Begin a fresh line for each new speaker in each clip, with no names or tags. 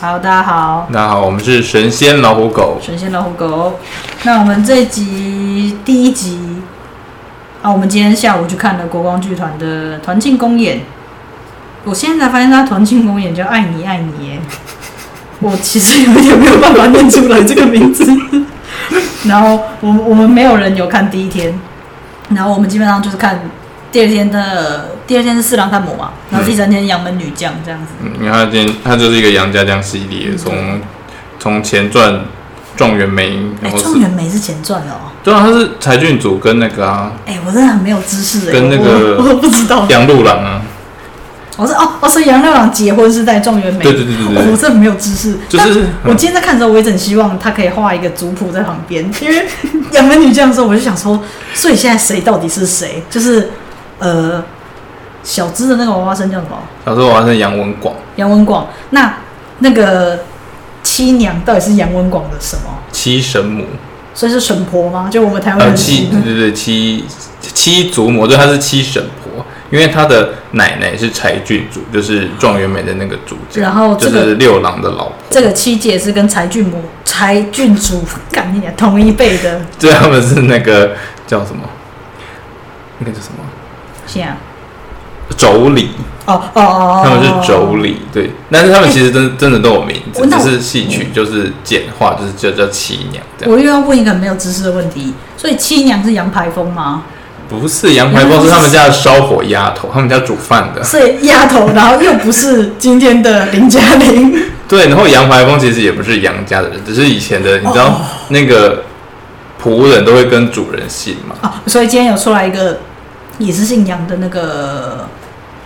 好，大家好，
大家好，我们是神仙老虎狗，
神仙老虎狗。那我们这一集第一集啊，我们今天下午去看了国光剧团的团庆公演。我现在才发现他团庆公演叫《爱你爱你》 耶，我其实有点没有办法念出来这个名字。 然后我们我们没有人有看第一天，然后我们基本上就是看第二天的，第二天是四郎探母嘛，然后第三天杨门女将这样子。
嗯，因为他今天他就是一个杨家将系列，从从前传状元梅，
哎、
然后
状
是，
元梅是前传的哦。
对啊，他是柴郡主跟那个啊
哎、我真的很没有知识哎、
跟那个
我我都不知道。
杨六郎啊，
我是哦哦，所以杨六郎结婚是在状元梅。
对对对对对
哦我真的没有知识。
就是嗯
但我今天在看的时候，我一直很希望他可以画一个族谱在旁边，因为 杨门女将的时候，我就想说，所以现在谁到底是谁？就是呃，小资的那个娃娃声叫什么？
小时候我还是杨文广，
杨文广。那那个七娘到底是杨文广的什么？
七神母，
所以是神婆吗？就我们台湾
呃
人
七对对对七七祖母，对，她是七神婆，因为她的奶奶是柴郡主，就是状元梅的那个主角，
然后这
就
个
是六郎的老婆，
这个七姐是跟柴郡母、柴郡主干你娘同一辈的，
对，他们是那个叫什么？那个叫什么？
是啊，
妯娌，
哦哦哦，
他们是妯娌，对，但是他们其实真、真的都有名字
我，哦那
只
我嗯
是戏曲就是简化，就是叫叫七娘这样。
我又要问一个很没有知识的问题，所以七娘是杨排风 吗？
不是杨排风是他们家的烧火丫头，他们家煮饭的。
是丫头，然后又不是今天的林嘉玲。
对，然后杨排风其实也不是杨家的人，只是以前的，你知道、
哦
那个仆人都会跟主人姓嘛。
哦，所以今天有出来一个也是姓杨的那个，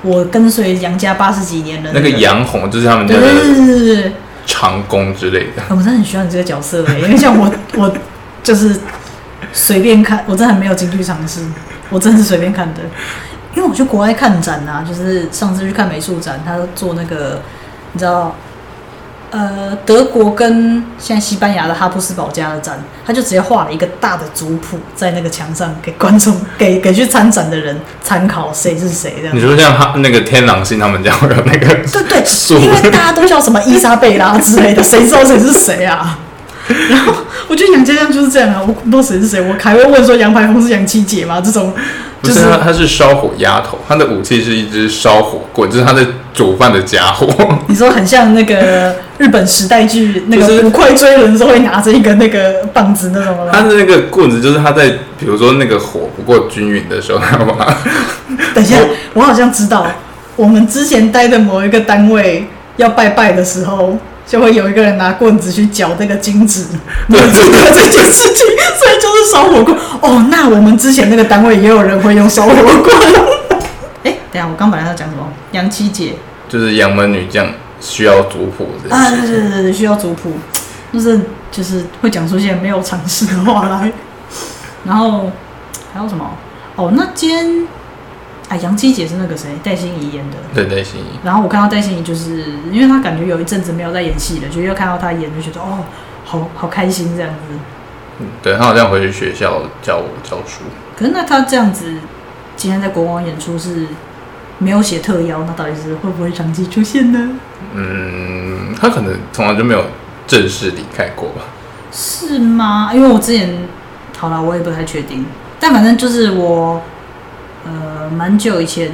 我跟随杨家八十几年的
那个
个，
杨红就是他们家
对对对
的
对对对对，
长工之类的。
啊我真的很喜欢你这个角色欸因为像我我就是随便看，我真的很没有京剧常识，我真的是随便看的。因为我去国外看展啊，就是上次去看美术展，他做那个你知道，呃，德国跟现在西班牙的哈布斯堡家的展，他就直接画了一个大的族谱在那个墙上给观众给给去参展的人参考谁是谁这样
你。说像他那个天狼星他们家会有那个
对对
树，
因为大家都叫什么伊莎贝拉之 类的，谁知道谁是谁啊？然后我觉得杨家将就是这样啊，我不知道谁是谁，我还会问说杨排风是杨七姐吗？这种
不
就是是
他，他是啊烧火丫头，他的武器是一只烧火棍，就是他在煮饭的家伙。
你说很像那个日本时代剧那
就是
个捕快追人的时候会拿着一个那个棒子那种的
他
吗？
的那个棍子，就是他在比如说那个火不够均匀的时候，他把 它
等一下，我好像知道，我们之前待的某一个单位要拜拜的时候。就会有一个人拿棍子去搅那个金纸，
对
这个这件事情，所以就是烧火棍。哦，那我们之前那个单位也有人会用烧火 棍。哎、等一下，我刚本来要讲什么？杨七姐
就是杨门女将需要族谱这
啊，
件
对
事
对
情。
对对，需要族谱，就是就是会讲出一些没有常识的话来。然后还有什么？哦，那今天啊，杨七姐是那个谁，戴欣怡演的。
对对，心仪
然后我看到戴欣怡，就是因为她感觉有一阵子没有在演戏了，就又看到她演，就觉得哦，好好开心这样子。
嗯对他好像回去学校教教书，
可是那她这样子，今天在国王演出是没有写特邀，那到底是会不会长期出现呢？
嗯，他可能从来就没有正式离开过吧。
是吗？因为我之前好了，我也不太确定，但反正就是我呃蛮久以前，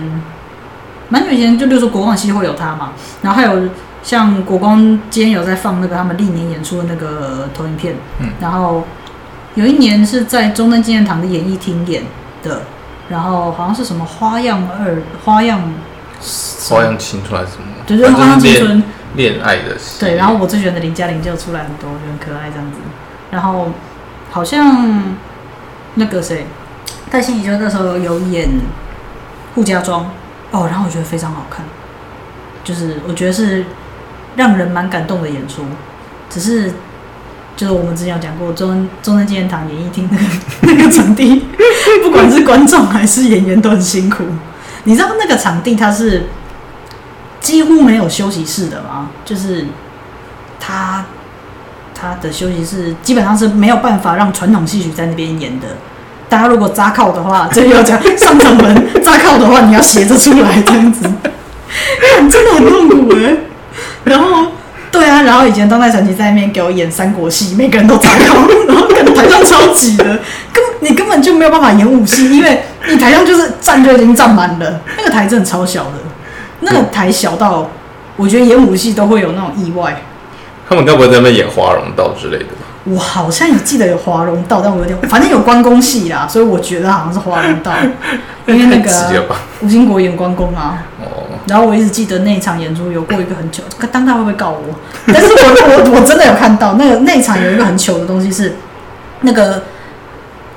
蛮久以前就比如说国光戏会有他嘛，然后还有像国光今天有在放那个他们历年演出的那个呃投影片，
嗯，
然后有一年是在中正纪念堂的演艺厅演的，然后好像是什么花样二花样。
花样青春还是什么？
对对，
反
花
正
样
就是
青
恋
春，
恋爱的戏。
对，然后我最喜欢的林嘉玲就出来很多，我觉得很可爱这样子。然后好像那个谁，戴欣怡就那时候有演顾家庄哦，然后我觉得非常好看，就是我觉得是让人蛮感动的演出，只是。就是我们之前有讲过中中正纪念堂演艺厅那个那个场地， 不管是观众还是演员都很辛苦。你知道那个场地它是几乎没有休息室的嘛，就是他他的休息室基本上是没有办法让传统戏曲在那边演的。大家如果扎靠的话，这又要讲上场门扎靠的话，你要斜欸着出来这样子，看真的很痛苦哎、然后对啊，他然后以前当代传奇在那边给我演三国戏，每个人都长高，然后可能台上超挤的，根你根本就没有办法演武戏，因为你台上就是站就已经站满了，那个台真的超小的，那个台小到我觉得演武戏都会有那种意外。
他们该不会在那边演华容道之类的吧？
我好像也记得有华容道，但我有点反正有关公戏啦，所以我觉得好像是华容道，因为那
太直接了
个
吧？
吴兴国演关公啊。
哦，
然后我一直记得那一场演出有过一个很糗，当他会不会告我？但是我 我我真的有看到那个那一场有一个很糗的东西是那个。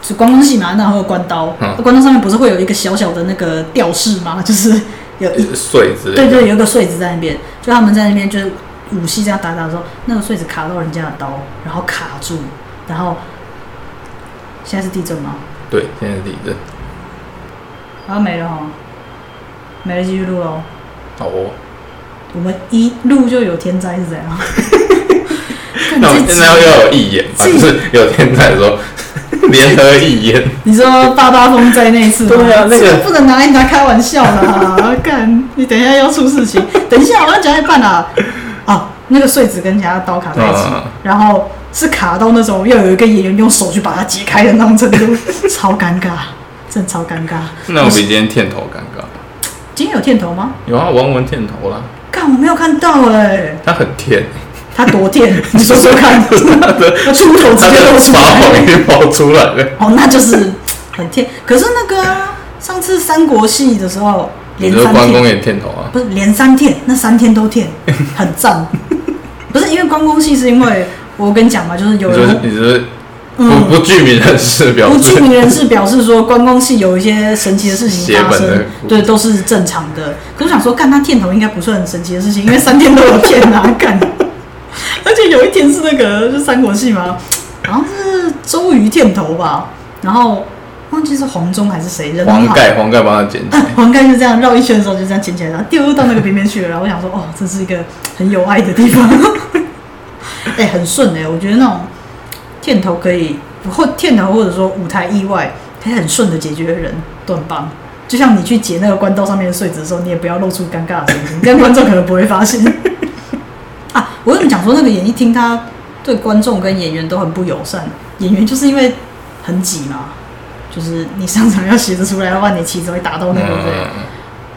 是关公戏嘛，然后有关刀，
嗯
关刀上面不是会有一个小小的那个吊饰吗？就是有一
碎之类
对
的。
对，有一个穗子在那边，就他们在那边就是武戏这样打打的时候，那个穗子卡到人家的刀，然后卡住，然后现在是地震吗？
对现在是地震。
然后没了哈，哦没了继续录喽。
好哦，
我们一录就有天灾是怎样？ 看
那我们
这
现
集
在要有义演吧，
自己
就是有天 才说联合义演，
你说八八风灾那一次吗？
对啊那个
这不能拿来拿开玩笑啦！ 啊干，你等一下要出事情。 等一下，我要讲一半啦。啊，那个穗子跟其他刀卡在一起，
嗯
然后是卡到那种要有一个演员用手去把它解开的那种程度， 超尴尬，真的超尴尬。
那我比今天片头尴尬。
今天有片头吗？
有啊，王文片头啦，
干，我没有看到哎、
他很甜，
他多电， 你说说 看，
他的
他出口直
他
接
的
露出
法
来。
网一跑出来了。
哦，那就是很贴。可是那个啊、上次三国戏的时候，
你
连
说
三
关
天
公也片头啊？
不是连三天，那三天都 天，很赞。不是因为关公戏，是因为我跟你讲嘛，就是有
你说
人
你说不
啊嗯
不具名人士表
不
示
具名人士表示说，关公戏有一些神奇的事情发
邪门
生
的，故
对，都是正常的。可我想说，干他天头应该不是很神奇的事情，因为三天都有天啊，干。而且有一天是那个就三国戏嘛，好像是周瑜天头吧，然后忘记是黄忠还是谁，人很
黄
好。
盖黄盖帮他剪辑
啊， 黄盖就这样绕一圈的时候就这样捡起来，然后丢到那个边边去了。然后我想说，哦，这是一个很有爱的地方， 哎、很顺哎、我觉得那种片头可以或片头或者说舞台意外可以很顺的解决人，都很棒。就像你去解那个官道上面的穗子的时候，你也不要露出尴尬的神情，这样观众可能不会发现。啊，我跟你讲说，那个演艺厅他对观众跟演员都很不友善，演员就是因为很挤嘛，就是你上场要写得出来，要不然你其实会打到那个对。
嗯，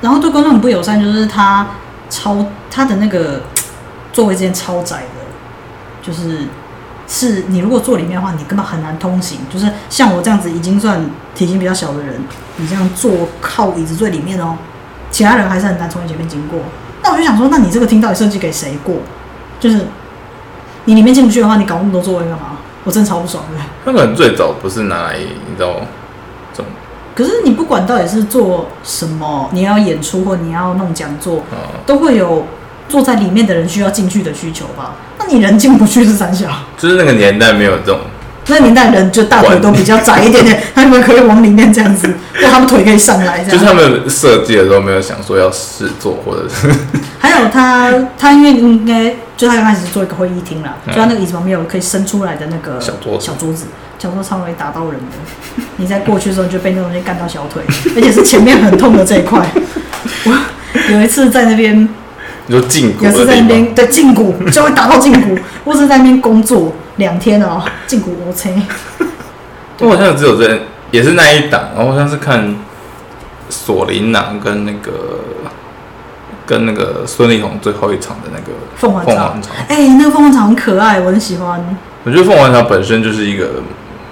然后对观众很不友善，就是他超他的那个座位之间超窄的，就是是你如果坐里面的话，你根本很难通行。就是像我这样子已经算体型比较小的人，你这样坐靠椅子最里面哦，其他人还是很难从你前面经过。那我就想说，那你这个厅到底设计给谁过？就是 你里面进不去的话，你搞那么多座位干嘛？我真的超不爽的。
那个最早不是拿来你知道怎么
可是你不管到底是做什么，你要演出或你要弄讲座，
啊？
都会有坐在里面的人需要进去的需求吧？那你人进不去是三小，
就是那个年代没有这种，
那年代人就大腿都比较窄一点 点，他们可以往里面这样子，让他们腿可以上来这
就是
样。
他们设计的时候没有想说要试做或者是
还有他，他因为应该就他刚开始是做一个会议厅啦，
嗯
就他那个椅子旁边有可以伸出来的那个
小桌子
小桌子，小桌子超容易打到人的。你在过去的时候你就被那东西干到小腿，而且是前面很痛的这一块。我有一次在那边
你说禁锢
有次
的
在
地
那
方，
边对胫骨就会打到胫骨，或是在那边工作两天哦，胫骨 O C。啊
我好像只有在也是那一档，然后好像是看索琳娜跟那个跟那个孙丽虹最后一场的那个
凤凰
凤
巢
凰巢，
哎、那个凤凰巢很可爱，我很喜欢。
我觉得凤凰巢本身就是一个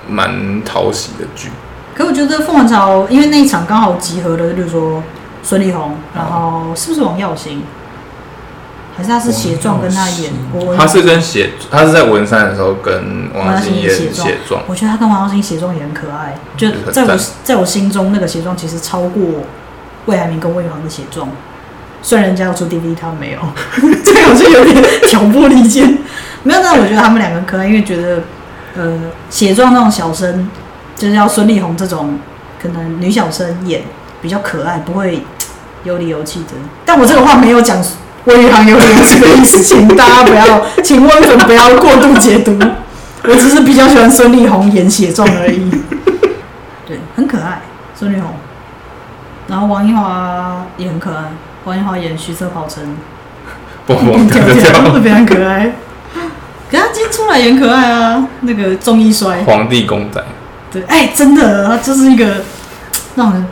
蛮讨喜的剧，
可我觉得凤凰巢，因为那一场刚好集合了，例如说孙力宏，然
啊
后是不是王耀星，还是他是斜撞跟他演？我
他是跟写他是在文山的时候跟王
王耀
心
星
演
演斜撞
写状，
我觉得他跟王耀星斜撞也很可爱，就
嗯
在我
很赞
在我心中那个斜撞其实超过魏海明跟魏宇航的斜撞，虽然人家要出 DVD 他没有， 这个我就有点挑拨离间。没有，但我觉得他们两个很可爱，因为觉得呃斜撞那种小生，就是要孙力宏这种可能女小生演比较可爱，不会有理有气的。但我这个话没有讲魏宇航有理有气的意思，请大家不要，请温粉不要过度解读。 我只是比较喜欢孙力宏演血状而 已。对，很可爱，孙力宏。然后王一华也很可爱，王一华演徐策跑城，
蹦蹦跳跳，
非常可爱。可是他今天出来也很可爱啊，那个中医摔，
皇帝公仔，
对，哎、真的，他就是一个那种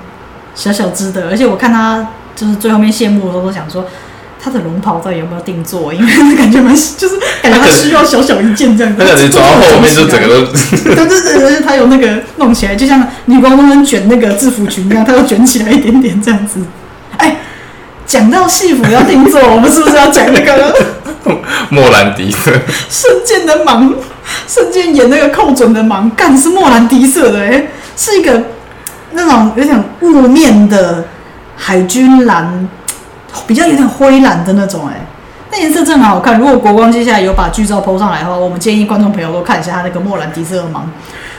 小小只的，而且我看他就是最后面谢幕的时候，都想说他的龙袍到底有没有定做，因为感觉蛮就是感觉他需要小小一件这样子，
那感觉走到后面就整个都
对对对对，他有那个弄起来，就像女工他们卷那个制服裙一样，他又卷起来一点点这样子。哎，讲到戏服要定做，我们是不是要讲那个
莫兰迪的，
圣剑的盲？圣剑演那个寇准的盲，干是莫兰迪色的、哎，是一个那种有点雾面的海军蓝，比较有点灰蓝的那种、哎。那颜色真的很好看。如果国光接下来有把剧照 PO 上来的话，我们建议观众朋友都看一下他那个莫兰迪色的盲。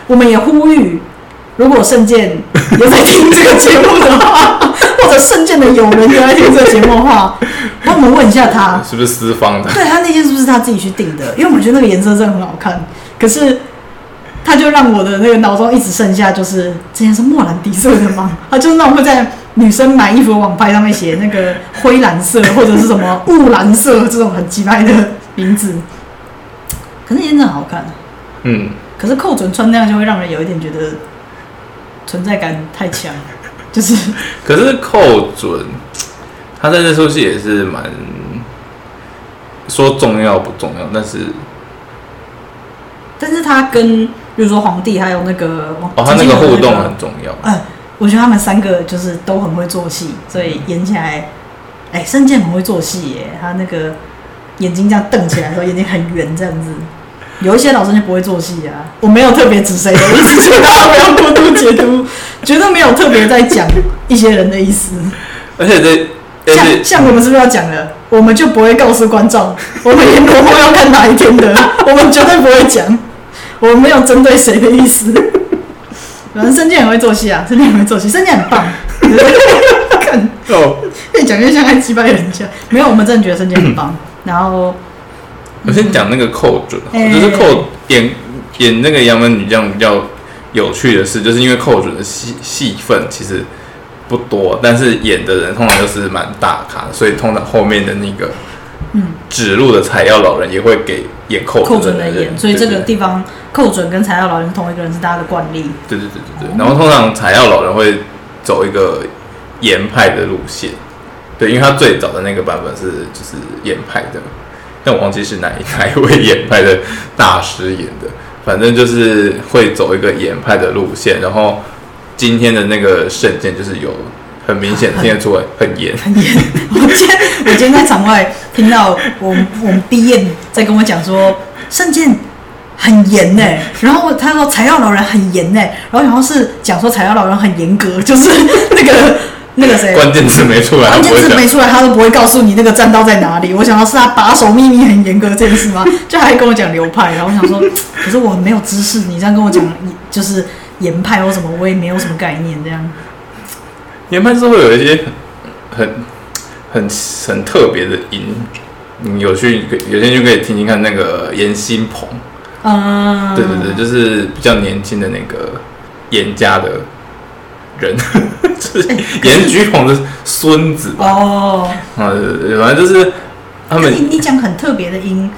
我们也呼吁，如果圣剑有在听这个节目的话，或者圣剑的友人有在听这个节目的话，帮我们问一下他，
是不是私方的？
对他那件是不是他自己去定的？因为我觉得那个颜色真的很好看，可是他就让我的那个脑中一直剩下就是这件是莫兰迪色的吗？ 他就是那种会在女生买衣服的网拍上面写那个灰蓝色或者是什么雾蓝色这种很奇怪的名字，可是那件真的很好看。
嗯，
可是寇准穿那样就会让人有一点觉得存在感太强，就是
可是寇准他在这出戏也是蛮说重要不重要，但是
但是他跟比如说皇帝还有那个
哦，他那个互动很重要。
嗯，我觉得他们三个就是都很会做戏，所以演起来，哎、申健很会做戏耶，他那个眼睛这样瞪起来的时候，眼睛很圆这样子。有一些老师就不会做戏啊，我没有特别指谁的意思，绝对不要过度解读，绝对没有特别在讲一些人的意思。
而且哎这，而
像
且
像我们是不是要讲了？我们就不会告诉观 众，我们演罗后要看哪一天的，我们绝对不会讲，我们没有针对谁的意思。 反正申健很会做戏啊，申健很会做戏，申健很棒。看，
哦，
越讲越像爱击败人家。没有，我们真的觉得申健很 棒。然后
我先讲那个寇准，
哎
就是寇演演那个杨门女将比较有趣的事，就是因为寇准的戏戏份其实不多，但是演的人通常都是蛮大咖，所以通常后面的那个
嗯
指路的采药老人也会给演寇
寇准
准
来
的
演，
人，
所以这
对
个地方寇准跟柴药老人是同一个人是大家的惯例。
对对对对对。然后通常采药老人会走一个严派的路线，对，因为他最早的那个版本是就是严派的，但我忘记是哪一哪一位严派的大师演的，反正就是会走一个严派的路线。然后今天的那个圣剑就是有很明显听得出来很严，
我今天我今天在场外听到我们我们毕业在跟我讲说，圣剑很严呢、欸然后他说采药老人很严呢、然后好像是讲说采药老人很严格，就是那个 那个谁，
关键字没出来，他
关
不
键
会
字
讲
没出来，他都不会告诉你那个战刀在哪里。我想到是他把守秘密很严格这件事吗？ 就还跟我讲流派，然后我想说，可是我没有知识，你这样跟我讲，你就是严派或什么，我也没有什么概念这样。
研判是会有一些很很很特别的音，你有去有些就可以听听看那个严新鹏，
嗯，
对对对，就是比较年轻的那个严家的人， 就是
哎
严菊鹏的孙子吧，
哦，
啊，对对对，反正就是他们
你你讲很特别的音，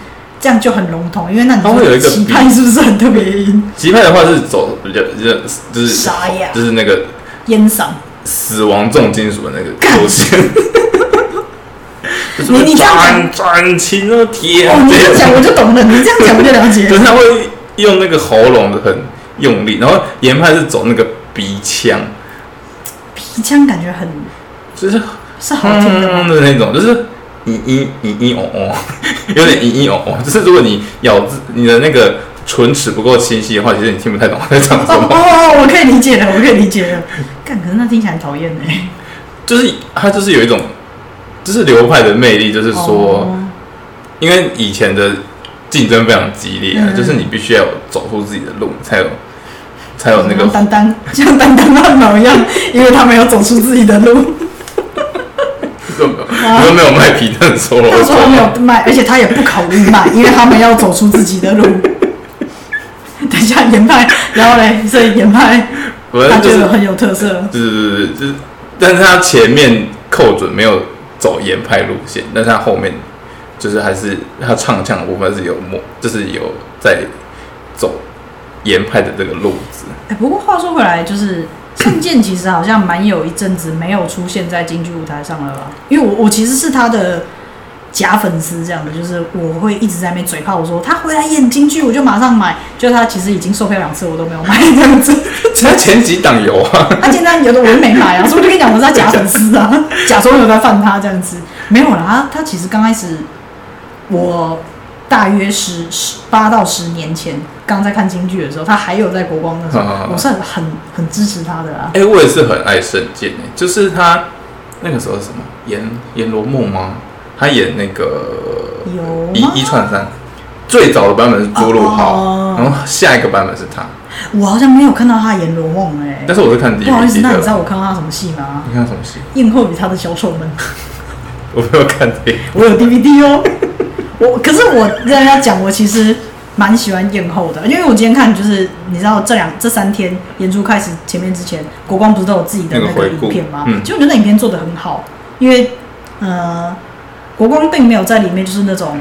这样就很笼统，因为那你
它会有一个
期盼是不是很特别的 音？
吉派的话是走比较就是就是
沙哑、
就是那个
烟嗓，
死亡重金属的那个
干
路线。就是
你你这样
斩
讲
斩情的铁，
哦，你这样讲我就懂了，你这样讲我就了解
就
了。
是他会用那个喉咙的很用力，然后研判是走那个鼻腔，
鼻腔感觉很
就是
是好听的吗？
哼的那种，就是咦咦咦咦哦哦， 有点咦咦哦哦，就是如果你咬字你的那个唇齿不够清晰的话，其实你听不太懂他在讲
哦
什
哦
么。
哦，我可以理解了，我可以理解了。干，可是那听起来很讨厌哎。
就是他就是有一种，就是流派的魅力，就是说，
哦
因为以前的竞争非常激烈啊，
嗯
就是你必须要有走出自己的路，才有才有那个
像丹丹像丹丹乱毛一样，因为他没有走出自己的路，
你都没有你都没有卖皮蛋瘦肉
他说他
粥
没。有卖，而且他也不考虑 卖，因为他们要走出自己的路。等一下研派，然后嘞，所以研派
反
他
正就
觉
是
得很有特色。
对对对对，就是，但是他前面寇准没有走严派路线，但是他后面就是还是他唱腔的部分是有默，就是有在走严派的这个路子。
哎、不过话说回来，就是圣剑其实好像蛮有一阵子没有出现在京剧舞台上了吧？因为我我其实是他的假粉丝，这样的，就是我会一直在那边嘴炮，我说他回来演京剧，我就马上买。就他其实已经售票两次，我都没有买这样子。
其实前几档有啊，
他现在有的我就没买啊，所以我就跟你讲我是他假粉丝啊，假装有在犯他这样子。没有啦，他他其实刚开始，我大约十十八到十年前刚在看京剧的时候，他还有在国光的时
啊
候，我是很很很支持他的啊。
哎、我也是很爱圣剑诶，就是他那个时候是什么演《阎罗梦》吗？他演那个
有吗
一一串三，最早的版本是朱露浩，
哦
然后下一个版本是他，
我好像没有看到他演罗梦哎、
但是嗯我是看第一
不好意思，
集
那
的
你知。道我看到他什么戏吗？
你看什么戏？
应后与他的小丑们，
我没有看这个。
我有 DVD 哦。我可是我跟大家讲，我其实蛮喜欢艳后的，因为我今天看就是你知道这两这三天演出开始前面之前，国光不是都有自己的
那个
那个
回顾
影片吗？
嗯
其实我觉得那影片做的很好，因为呃，国光并没有在里面就是那种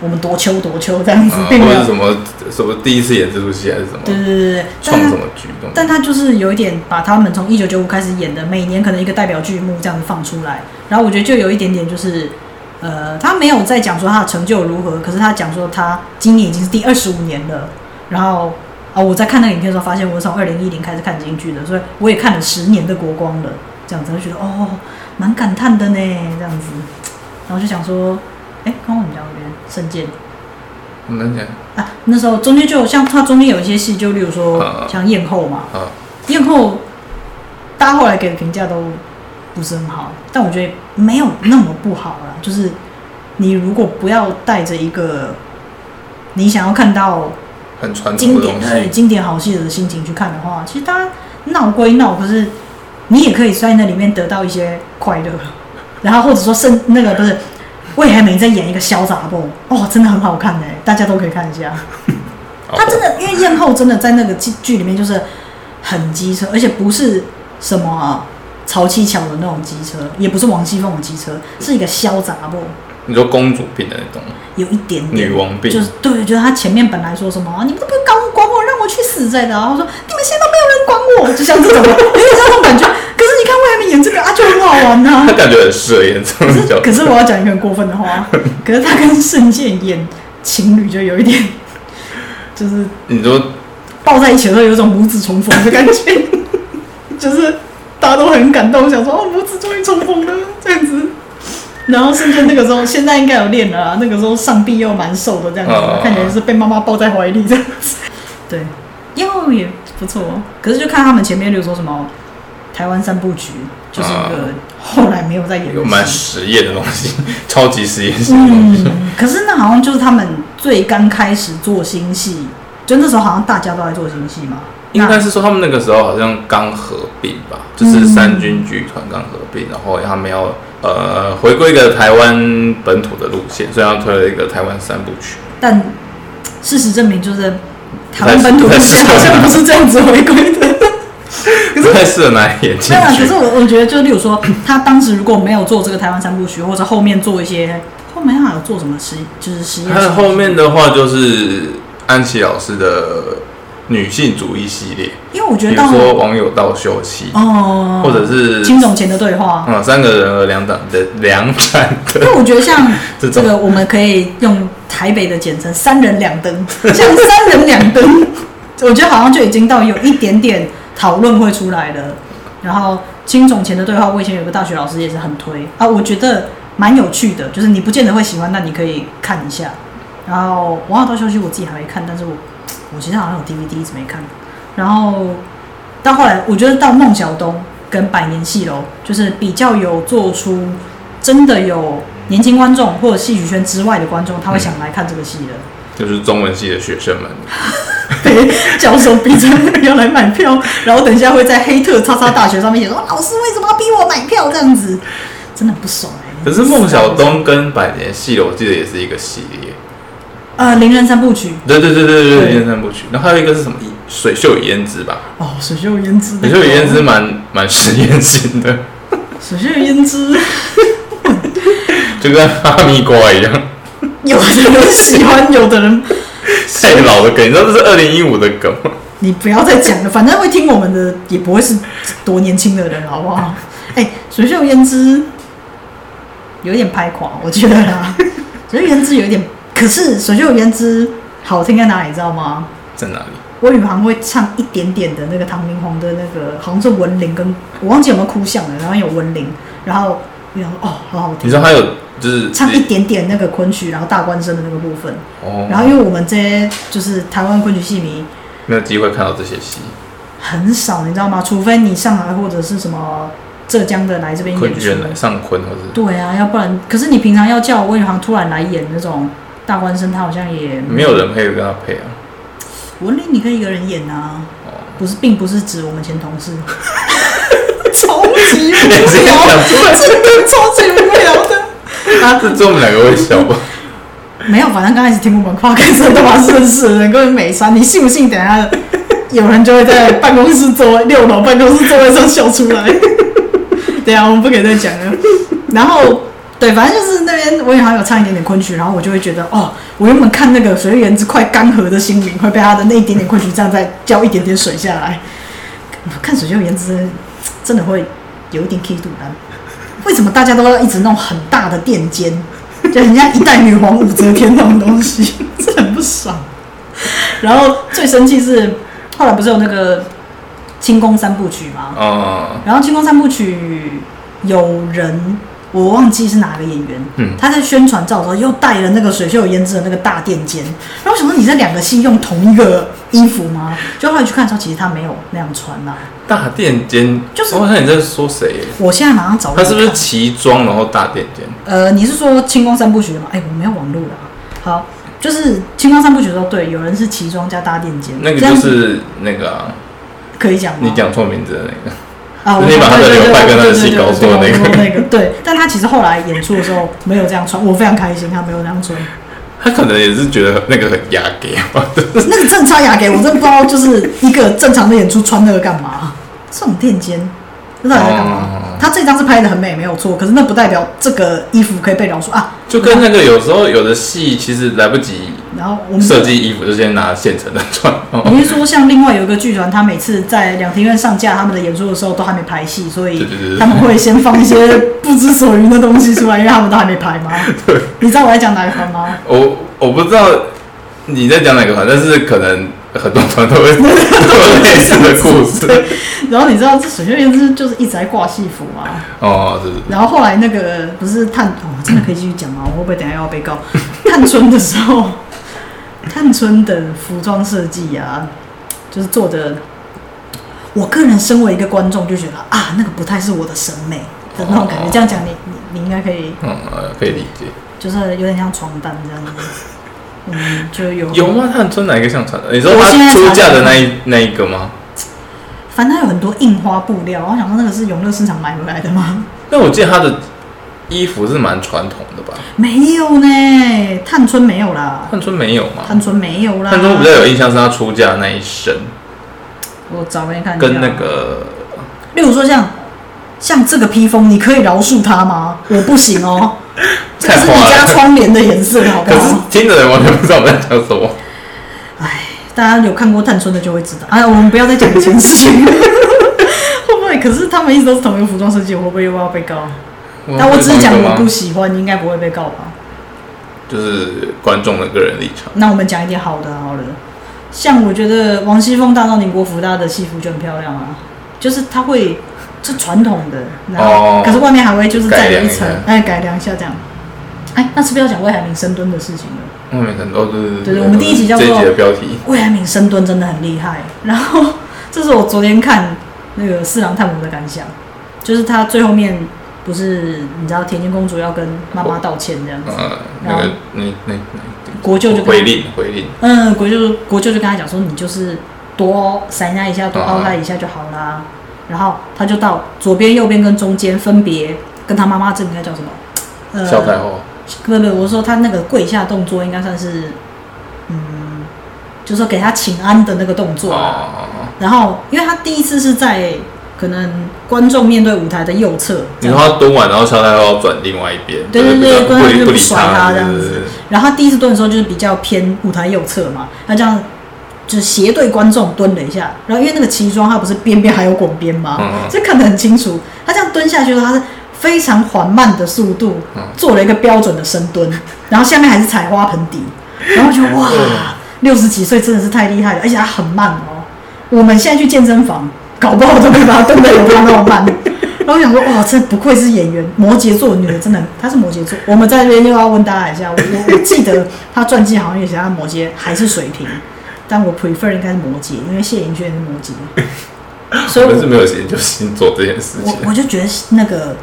我们多秋多秋这样子，
啊，
并
或
没有
者是。什么什么第一次演这出戏还是什么
对对对对，但
创
他
什么剧那种
但他就是有一点把他们从一九九五开始演的，每年可能一个代表剧目这样子放出来，然后我觉得就有一点点就是，呃，他没有在讲说他的成就如何，可是他讲说他今年已经是第二十五年了，然后啊、我在看那个影片的时候，发现我是从二零一零开始看京剧的，所以我也看了十年的国光了，这样子就觉得哦，蛮感叹的呢，这样子，然后就想说，哎，刚刚我们讲到哪边圣剑。
我们讲
啊，那时候中间就像他中间有一些戏，就例如说
嗯
像艳后嘛，
啊，
艳后，大家后来给的评价都不是很好，但我觉得没有那么不好啦。就是你如果不要带着一个你想要看到
很传统
经
的
典
东
对
西，
经典好戏的心情去看的话，其实大家闹归闹，可是你也可以在那里面得到一些快乐，然后或者说甚那个不是。魏海美在演一个潇洒梦，哦，真的很好看哎，大家都可以看一 下。他真的，因为艳后真的在那个剧剧里面就是很机车，而且不是什么、啊、曹七巧的那种机车，也不是王熙凤的机车，是一个潇洒不，
你说公主病的那种
有一点点
女王病，
就是对，就是他前面本来说什么，哦你们都不管我，管我，让我去死在的，然后说你们现在都没有人管我，就像这种， 有点像这种感觉。可是你看魏海明演这个啊，就很好玩 呐、
她感觉很适合演这
可
种
是
角
可
色。
是我要讲一个很过分的话， 可是他跟圣剑演情侣就有一点， 就是
你说
抱在一起的时候有一种母子重逢的感觉， 就是大家都很感动，想说哦，母子终于重逢了这样子。然后甚至那个时候，现在应该有练了啊，那个时候上臂又蛮瘦的这样子，
哦
看起来就是被妈妈抱在怀里这样子。 对，又也不错，哦可是就看他们前面，比如说什么台湾三部曲，就是一个后来没有再演
有
的
啊蛮
戏。
实验的东西， 超级实验性的东西。
嗯，可是那好像就是他们最刚开始做新戏，就那时候好像大家都在做新戏嘛。
应
那
该是说他们那个时候好像刚合并吧，就是三军剧团刚合并，然后他们要呃回归一个台湾本土的路线，所以他推了一个台湾三部曲。
但事实证明，就是台湾本土路线好像不是这样子回归的。
可是太适合拿来演 进
对 啊，可
去
是。我我觉得，就例如说，他当时如果没有做这个台湾三部曲，或者后面做一些后面还有做什么实就是实验
他
性
的后面的话就是安琪老师的女性主义系列，
因为我觉
比
得
如
到
说网友到休息，
哦，
或者是
金总前的对话，啊
嗯三个人和两党的两盏
因
的
为 我觉得像
这种
这个，我们可以用台北的简称“三人两灯”， 像“三人两灯”，我觉得好像就已经到有一点点讨论会出来了。然后金总前的对话，我以前有个大学老师也是很推啊，我觉得蛮有趣的，就是你不见得会喜欢，但你可以看一下。然后王好到休息我自己还没看，但是我我其实好像有 DVD 一直没看。然后到后来，我觉得到孟小冬跟百年戏楼，就是比较有做出真的有年轻观众或者戏曲圈之外的观众，他会想来看这个戏的。
就是中文系的学生们。
被教授逼着要来买票，然后等一下会在黑特叉叉大学上面写说老师为什么要逼我买票这样子，真的很不爽哎、
可是孟小冬跟百年系列，我记得也是一个系列。
呃，《伶人三部曲
对对对对对
对
对，燕三部曲。然后还有一个是什么？水袖与胭脂吧，》
哦，水袖与胭脂，
水袖与胭脂，蛮蛮实验性的。
水袖与胭脂。
就跟哈密瓜一样，
有的人喜欢，有的人
太老的梗，你知道这是二零一五的梗吗？
你不要再讲了，反正会听我们的也不会是多年轻的人，好不好？哎、水秀言之有点拍垮，我觉得啦。水秀言之有点，可是水秀言之好听在哪里，你知道吗？
在哪里？
我女行会唱一点点的那个唐明皇的那个，好像是文玲跟我忘记有没有哭相了，然后有文玲，然后我想说哦，好好听，
你说他有就是
唱一点点那个昆曲，然后大官声的那个部分。
哦，
然后因为我们这些就是台湾昆曲戏迷
没有机会看到这些戏，
很少，你知道吗？除非你上海或者是什么浙江的来这边
昆
演出
原。来上昆或者
对啊，要不然，可是你平常要叫我，我女行突然来演那种大官声，他好像也
没有人配跟他配啊。
文玲，你可以一个人演啊，
哦，
不是，并不是指我们前同 事，超级无
你这样
聊，
讲出来
真的超级无聊的。啊，
这只有我们两个会笑 吧？
没有，反正刚开始听我们夸开真的蛮绅士的，人跟美山，你信不信？等一下有人就会在办公室座位六楼办公室座位上笑出来。对啊，我们不可以再讲了。然后对，反正就是那边我也好像有唱一点点昆曲，然后我就会觉得哦，我原本看那个随缘之快干涸的心灵会被他的那一点点昆曲这样再浇一点点水下来。看水秀颜值真的会有一点 K 度难。为什么大家都要一直弄很大的垫肩，就人家一代女皇武则天那种东西， 这很不爽。然后最生气是后来不是有那个清宫三部曲吗？
哦，
然后《清宫三部曲》有人我忘记是哪个演员，
嗯
他在宣传照的时候又带了那个水秀胭脂的那个大垫肩，然后我想说你这两个戏用同一个衣服吗？就后来去看的时候，其实他没有那样穿啦、
大垫肩，
就是
我看你在说谁？
我现在马上找
他
来
是不是
看
奇装然后大垫肩？
呃，你是说清宫三部曲的吗？哎、我没有网路啦。好，就是清宫三部曲的时候，对，有人是奇装加大垫肩，
那个
这
就
样
是那个啊，
可以讲吗？
你讲错名字的那个。
啊，我
就是你把他的
对对
流
对
派跟他的
对
戏
对
搞错
对
那个
对对对对，但他其实后来演出的时候没有这样穿，我非常开心，他没有这样穿，
他可能也是觉得那个很压给啊吧，就是
那个正常雅给我真的不知道，就是一个正常的演出穿那个干嘛？这种垫肩，那到底在干嘛？
哦
他这张是拍的很美，没有错，可是那不代表这个衣服可以被饶恕啊。
就跟那个有时候有的戏其实来不及
然后我们
设计衣服，就先拿现成的穿。哦
你是说像另外有一个剧团，他每次在两庭院上架他们的演出的时候都还没排戏，所以
对对对对
他们会先放一些不知所云的东西出来，因为他们都还没排吗？你知道我在讲哪个团吗？
我我不知道你在讲哪个团，但是可能很多团都 会都有类似的故事。
然后你知道这水秀燕之就是一直在挂戏服嘛，
哦，是是
然后后来那个不是探，哦、真的可以继续讲吗？我会不会等一下又要被告？ 探春的时候，探春的服装设计啊，就是做的，我个人身为一个观众就觉得啊，那个不太是我的审美的那种感觉。
哦
这样讲你你你应该可以，
嗯，呃可以理解。
就是有点像床单这样子，嗯，就有
有吗？探春哪一个像传？你说
我
他
现在
出嫁的
查
那一那一个吗？
反正它有很多印花布料，然后想说那个是永乐市场买回来的吗？
但我记得他的衣服是蛮传统的吧？
没有呢，探春没有啦，
探春没有吗？
探春啊没有啦。
探春我比较有印象是他出嫁的那一身，
我找给你看一下。
跟那，个
例如说像像这个披风，你可以饶恕他吗？我不行 哦，这个
太
是
花
你家
了。
窗帘的颜色，好不
可是
好？
听的人完全不知道我们在讲什么。
大家有看过探春的就会知道。哎，我们不要再讲以前事情 了。会不会？可是他们一直都是同一个服装设计，我会不会又要被告？但我只是讲我不喜欢，你应该不会被告吧？
就是观众的个人立场。
那我们讲一点好的好了，像我觉得王熙凤大闹宁国府，大家的戏服就很漂亮啊，就是它会是传统的，然后、
哦
可是外面还会就是再有一层
改良
哎，
一，
改良一下这样。哎，那是不是要讲魏海明深蹲的事情了？
外面很多对对
对对我们第一集叫做
这一集的标题，
魏海明深蹲真的很厉害。然后这是我昨天看那个《四郎探母》的感想，就是他最后面不是你知道田间公主要跟妈妈道歉这样子，
呃，
然
那
后
个那那那
国舅就跟他
回令回令，
嗯，国舅国舅就跟他讲说，你就是多塞纳一下，多包他一下就好啦。然后他就到左边、右边跟中间分别跟他妈妈，这个应该叫什么？呃，
萧太后
不不，我是说他那个跪下动作应该算是，嗯，就是说给他请安的那个动作啦。
哦，
然后，因为他第一次是在可能观众面对舞台的右侧，
你说他蹲完，然后肖太后要转另外一边，
对
就
对
是
对，
不
观众
理
就
不
不
理
甩他这样
对对
子
对。
然后他第一次蹲的时候就是比较偏舞台右侧嘛，他这样就是斜对观众蹲了一下。然后因为那个旗装它不是边边还有滚边吗
嗯 嗯？
这看得很清楚。他这样蹲下去的时候，他是非常缓慢的速度
嗯
做了一个标准的深蹲，然后下面还是踩花盆底，然 后就哇，六十几岁真的是太厉害了，而且他很慢哦。我们现在去健身房，搞不好都可以把它蹲的有他那么 慢。然后我想说，哇，这不愧是演员，摩羯座的女的真的很，她是摩羯座。我们在这边又要问大家一下，我我我记得她传记好像也写她摩羯还是水瓶，但我 prefer 应该是摩羯，因为谢盈萱也是摩羯， 所以
我们是
我
没有研究星座这件事情
我。我就觉得那个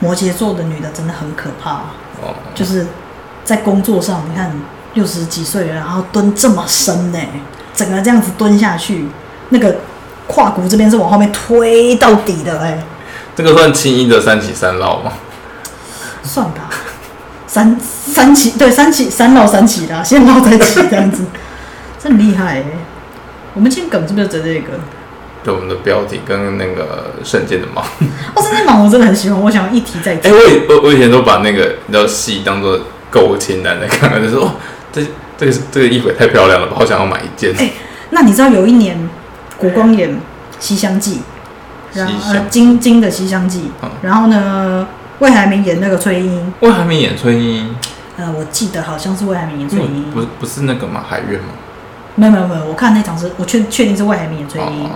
摩羯座的女的真的很可怕、
哦，
就是在工作上，你看六十几岁了，然后蹲这么深呢、整个这样子蹲下去，那个胯骨这边是往后面推到底的哎、
这个算轻易的三起三落吗？
算吧，三三起对三起三绕三起啦， 先绕再起这样子，真厉害、欸。我们今天梗是不是指这个？
对，我们的标题跟那个圣剑的猫。
哦，圣剑蟒我真的很喜欢，我想要一提再提
哎、。我以我我以前都把那个你知道戏当做购物清单在看，就说哦，这这个这个衣服也太漂亮了吧，好想要买一件。
哎那你知道有一年国光演《西厢记》，然后
西
呃
厢
金金的《西厢记
嗯》，
然后呢魏海明演那个崔莺，
魏海明演崔莺，
呃，我记得好像是魏海明演崔莺，
不不是那个吗？海月吗？
没有没有没有，我看那场是我确确定是魏海明演崔莺，
哦，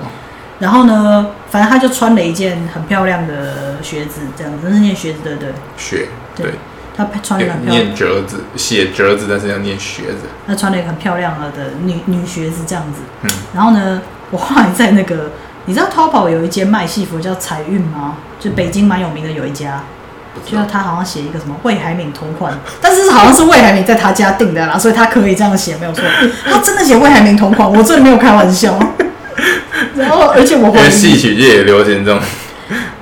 然后呢，反正他就穿了一件很漂亮的靴子，这样子，那件靴子对不对？
雪
对
对，
他穿了一个很漂亮，
念折子，写折子，但是要念学子。
他穿了一个很漂亮的女女靴子这样子。
嗯，
然后呢，我后来在那个，你知道淘宝有一间卖戏服叫彩韵吗？就北京蛮有名的有一家，
不知
就
道
是他好像写一个什么魏海敏同款，但是好像是魏海敏在他家订的啦，所以他可以这样写没有错。他真的写魏海敏同款，我真的没有开玩 笑。然后，而且我
因
怀
为戏
疑，
曲界也流行这种，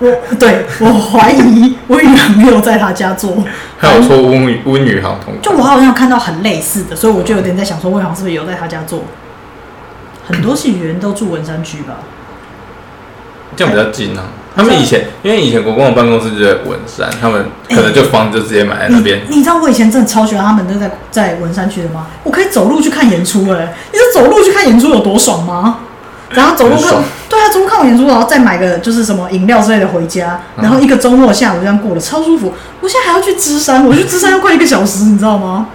我对我怀疑我女儿没有在他家做，
还有说巫女巫女好同
就我好像看到很类似的，所以我就有点在想说，魏航是不是有在他家做？很多戏剧人都住文山区吧？
这样比较近啊。他们以前因为以前国光的办公室就在文山，他们可能就房子就直接买在那边。
你你知道我以前真的超喜欢他们都在在文山区的吗？我可以走路去看演出哎、你知道走路去看演出有多爽吗？然后走路
很
看
爽，
对啊，走路看完演出，然后再买个就是什么饮料之类的回家，
嗯
然后一个周末下午这样过得超舒服。我现在还要去芝山，我去芝山要快一个小时，你知道吗？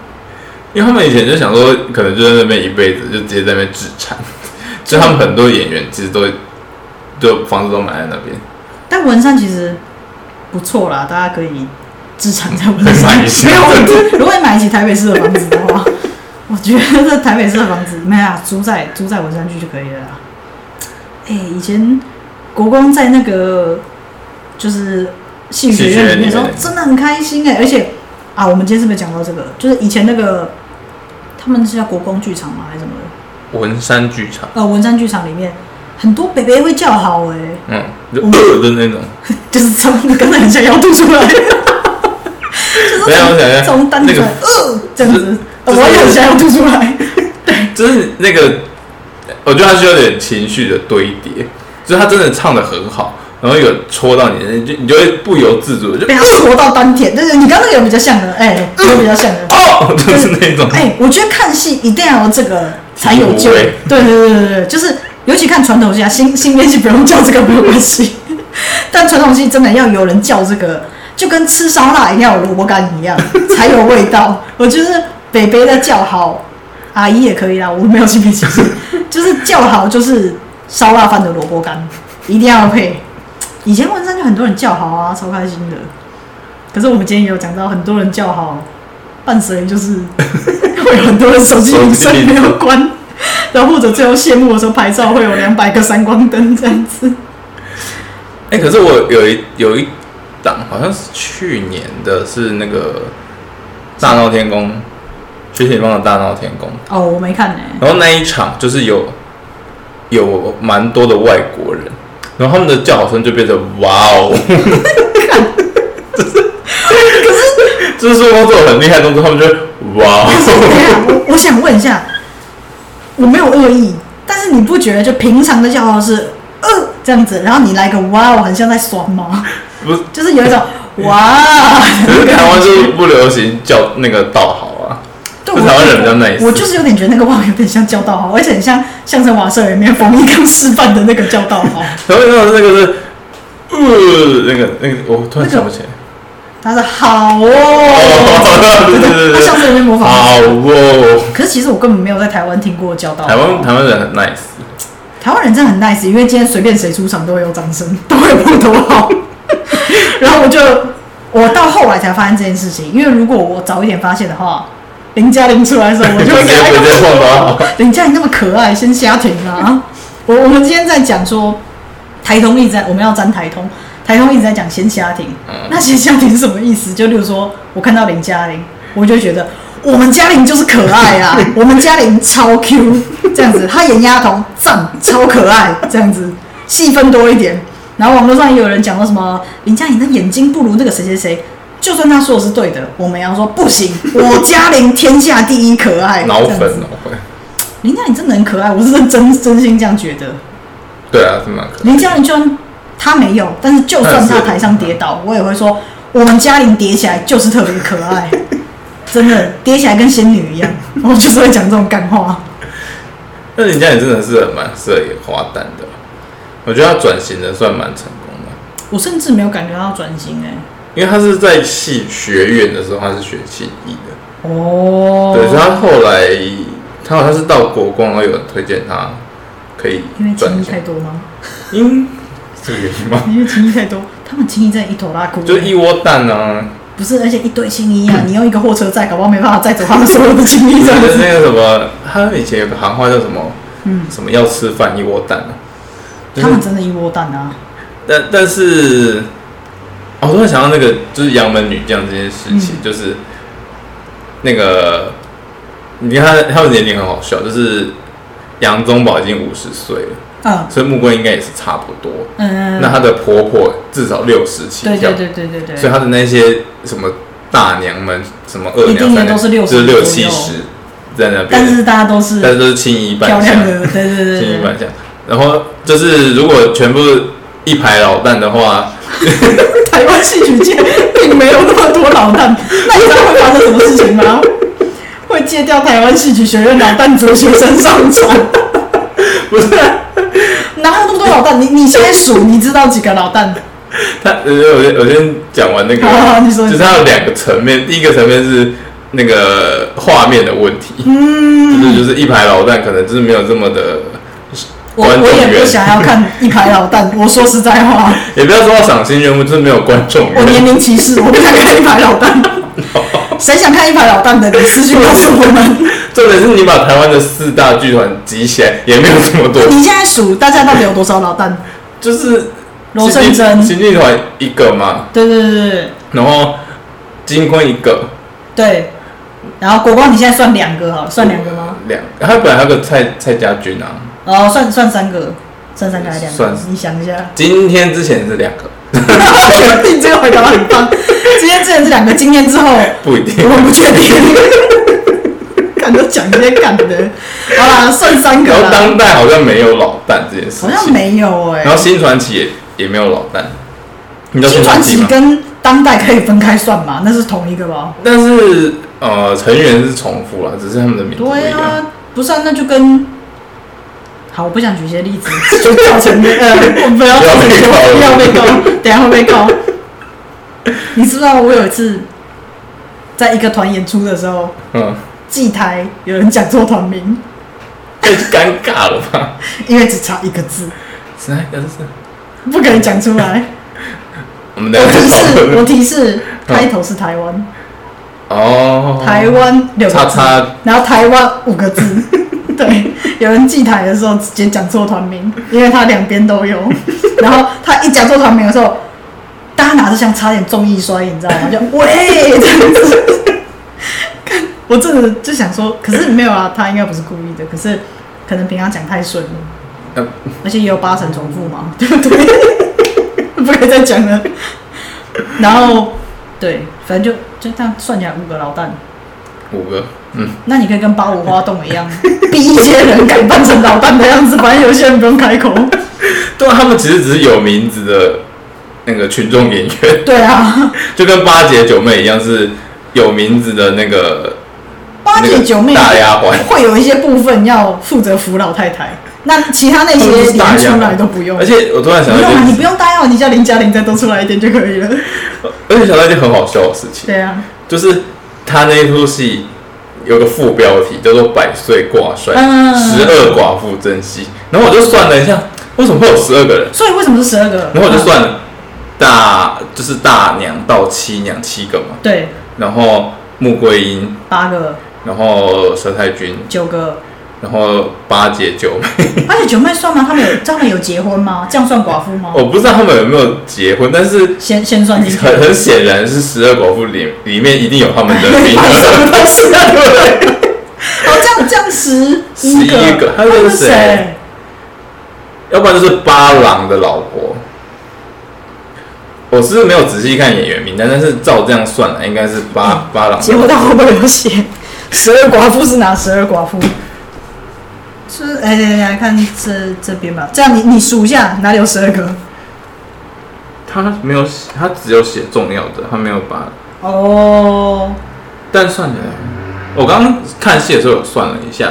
因为他们以前就想说，可能就在那边一辈子，就直接在那边置产。所以他们很多演员其实都就房子都买在那边，
但文山其实不错啦，大家可以资产在文
买
山
一，下
没有问题。如果你买得起台北市的房子的话， 我觉得台北市的房子没有啊，租在租在文山区就可以了啦。哎、以前国光在那个就是戏剧学院里面的时候
戏剧学院里面，
真的很开心哎、而且啊，我们今天是不是讲到这个？就是以前那个他们是叫国光剧场吗？还是什么的？
文山剧场，
呃，文山剧场里面很多北北会叫好哎、
嗯，就的那种。
就是从你刚才很想要吐出 来，就是
等一下我想一下
从从单纯
那个
呃这样子，
这
呃
是
我也很想要吐出 来。
就是那个，我觉得他是有点情绪的堆叠，就是他真的唱的很好，然后有戳到你，你就你就会不由自主地就
被他戳到丹田，就是你刚刚那个有比较像的，哎、有比较像的。
哦， 就是那种，
哎、我觉得看戏一定要有这个才有救。
体悟
对
哎
对对对对，就是尤其看传统戏啊，新新编戏不用叫这个没有关系， 但传统戏真的要有人叫这个，就跟吃烧腊一定要有萝卜干一样，才有味道。我觉得北北的叫好，阿姨也可以啦，啊我没有性别歧视，就是叫好就是烧腊饭的萝卜干，一定要配。以前文山就很多人叫好啊，超开心的。可是我们今天也有讲到，很多人叫好，伴随就是 会有很多人手机铃声没有关，然后或者最后谢幕的时候拍照会有两百个闪光灯这样子。
哎、可是我有一有一档好像是去年的，是那个大闹天宫，学姐帮的大闹天宫，
哦，我没看呢、
然后那一场就是有有蛮多的外国人，然后他们的叫好声就变成哇哦，就是就是说工作很厉害的动作，他们就会哇
可是等一
哦，
下，我我想问一下，我没有恶意，但是你不觉得就平常的叫号是呃这这样子，然后你来个哇，我很像在耍猫，
不是，
就是有一种 哇，
可是台湾就是不流行叫那个道好啊，
对
台湾人比较
我
nice
我就是有点觉得那个哇有点像教导好，而且很像相声瓦舍里面冯一刚示范的那个教导好，
台湾人那个是，呃，那个那个，我突然想不起来，
他说好哦，
哦对对对
他
对
相
对，
声里面模仿的。
好哦，
可是其实我根本没有在台湾听过教导好，
台湾台湾人很 nice，
台湾人真的很 nice，因为今天随便谁出场都会有掌声，都会有破头号。然后我就我到后来才发现这件事情，因为如果我早一点发现的话，林嘉玲出来的时候，我就 会给哎她一
直接
个
破头号
林嘉玲那么可爱，先瞎停啊！ 我我们今天在讲说台通一直在我们要沾台通，台通一直在讲先瞎停，
嗯
那先瞎停是什么意思？就例如说我看到林嘉玲，我就会觉得。我们嘉玲就是可爱 啊，我们嘉玲超 Q 这样子，她演丫头赞超可爱这样子，戏份多一点。然后网络上也有人讲到什么林嘉玲的眼睛不如那个谁谁谁，就算他说的是对的，我们也要说不行，我嘉玲天下第一可爱。
脑
这样
粉
子
脑粉，
林嘉玲真的很可爱，我是认真真心这样觉得。
对啊，是蛮可爱。
林嘉玲就算她没有，但是就算她台上跌倒，我也会说我们嘉玲跌起来就是特别可爱， 真的跌起来跟仙女一 样。我就是会讲这种干话。
那林嘉玲真的是蛮适合演花旦的，我觉得她转型的算蛮成功的，
我甚至没有感觉到转型哎、
因为她是在戏学院的时候，她是学戏艺的，
哦
对，所以她后来她好像是到国光，然后有人推荐她可以
因为
转
情谊
型
太，多吗？
因这个原因吗？
因为情谊太多，他们情谊在一头拉哭、
就一嗯窝蛋 啊，
不是，而且一堆情谊啊，你用一个货车载，搞不好没办法载走他们所有的情谊这
就
样
是
子。
那个什么，她以前有个行话叫什么，
嗯，
什么要吃饭一窝蛋啊，就
他
是
们真的一窝蛋啊。
但但是，哦我突然想到那个就是杨门女将这件事情，
嗯
就是那个你看他他们年龄很好笑，就是杨宗保已经五十岁了，
嗯
所以穆桂应该也是差不多。
嗯，
那她的婆婆至少六十起
对
跳，
对对对对对，
所以她的那些什么大娘们、什么二
一定
娘、
也
三娘，
都是60
就是六七
左右
十在那边，
但是大家都是
但是都是青衣半
漂亮
相
的，对对对
新一
对对
版，这样。然后就是如果全部一排老蛋的话，
台湾戏曲界并没有那么多老旦，那你知道会发生什么事情吗？会戒掉台湾戏曲学院老旦哲学生上传，
不是
哪有那么多老旦？你你先数，你知道几个老旦？
他，呃我先我先讲完那 个，
好好好啊你说
就是它有两个层面，第一个层面是那个画面的问题，
嗯，
就是就是一排老蛋可能就是没有这么的
我
观
我
众
也不
缘，
想要看一排老 旦，我说实在话，
也不要说到赏心悦目，就是没有观众
我年
缘。
龄歧视，我不想看一排老 旦。谁想看一排老旦的？你私信告诉我们。
重点是你把台湾的四大剧团集起来，也没有这么多，
你现在数大家到底有多少老旦？
就是
罗胜
新进
珍
新剧团一个嘛，
对对对对
然后金坤一个，
对。然后国光，你现在算两个好了，算两个吗？？
两，他本来还有个蔡蔡家军啊，
哦，算算三个，算三个还是两个
算？。
你想一下
今天之前是两个，
确定这个回答很棒。今天之前是两个，今天之后我
不一定。
们不确定。 看都讲这些干的，好啦，算三个
然后
啦。
当代好像没有老旦这件事情，
好像。没有哎、
然后新传奇也也没有老旦，你知道
新传
奇
奇
吗？
跟当代可以分开算嘛？那是同一个吧？
但是呃，成员是重复了，只是他们的名字不一
对
样。
啊，不是啊，那就跟……好，我不想举一些例子，就造成呃， 我不要造成不要被告，等一下会被告。你知道我有一次在一个团演出的时候，
嗯，
祭台有人讲错团名，
太尴尬了吧？
因为只差一个字，
是那个是
不可能讲出来。
我们
我
两个
提
讨
示，我
论
提示，开头是台湾，
哦，
台湾六个
叉
字，
叉
然后台湾五个 字。对，有人祭台的时候直接讲错团名，因为他两边都有。然后他一讲错团名的时候，大家拿着像差点中意摔，你知道吗？就喂这样子。 看我真的就想说，可是没有啊，他应该不是故意的，可是可能平常讲太顺了，
呃
而且也有八成重复嘛， 对不对？不可以再讲了。然后对，反正就就这样算起来五个老蛋。
五个，嗯，
那你可以 跟八五花洞一样，逼一些人改扮成老旦的样子，反正有些人不用开口。
对啊，他们其实只是有名字的那个群众演员，
对啊，
就跟八姐九妹一样是有名字的那个
八姐九妹
那个大丫鬟
会有一些部分要负责扶老太太，那其他那
他
些
们就是大
连
丫
出来
鬟
都不用
而。且呃我突然想
不
到
用啊，
一
你
件
不用答应我，你叫林嘉玲再多出来一点就可以 了。
而且想到一件很好笑的事情，
对啊，
就是他那一出戏有个副标题叫做“百岁挂帅，
嗯
十二寡妇珍惜”，然后我就算了一下，为什么会有十二个人？
所以为什么是十二个？
然后我就算了大就是大娘到七娘七个嘛，
啊对，
然后穆桂英，
八个、
然后佘太君，
九个，
然后八姐九妹，
而且九妹算吗？他们有他们有结婚吗？这样算寡妇吗？
我不知道他们有没有结婚，但是
先先算 进去，
很很显然是十二寡妇里里面一定有他们的名
白色
额。
的都是
对，
哦，这样这样十一
11个
他
他们
们
是谁
谁？
要不然就是八郎的老婆。我是没有仔细看演员名单，但是照这样算来，应该是八八郎 的
嗯结果到后面有写，十二寡妇是哪十二寡妇？是哎，等一下看这这边吧。这样你你数一下哪里有十二个？
他没有，写，他只有写重要的，他没有把
哦，
但算起来，我刚刚看戏的时候有算了一下，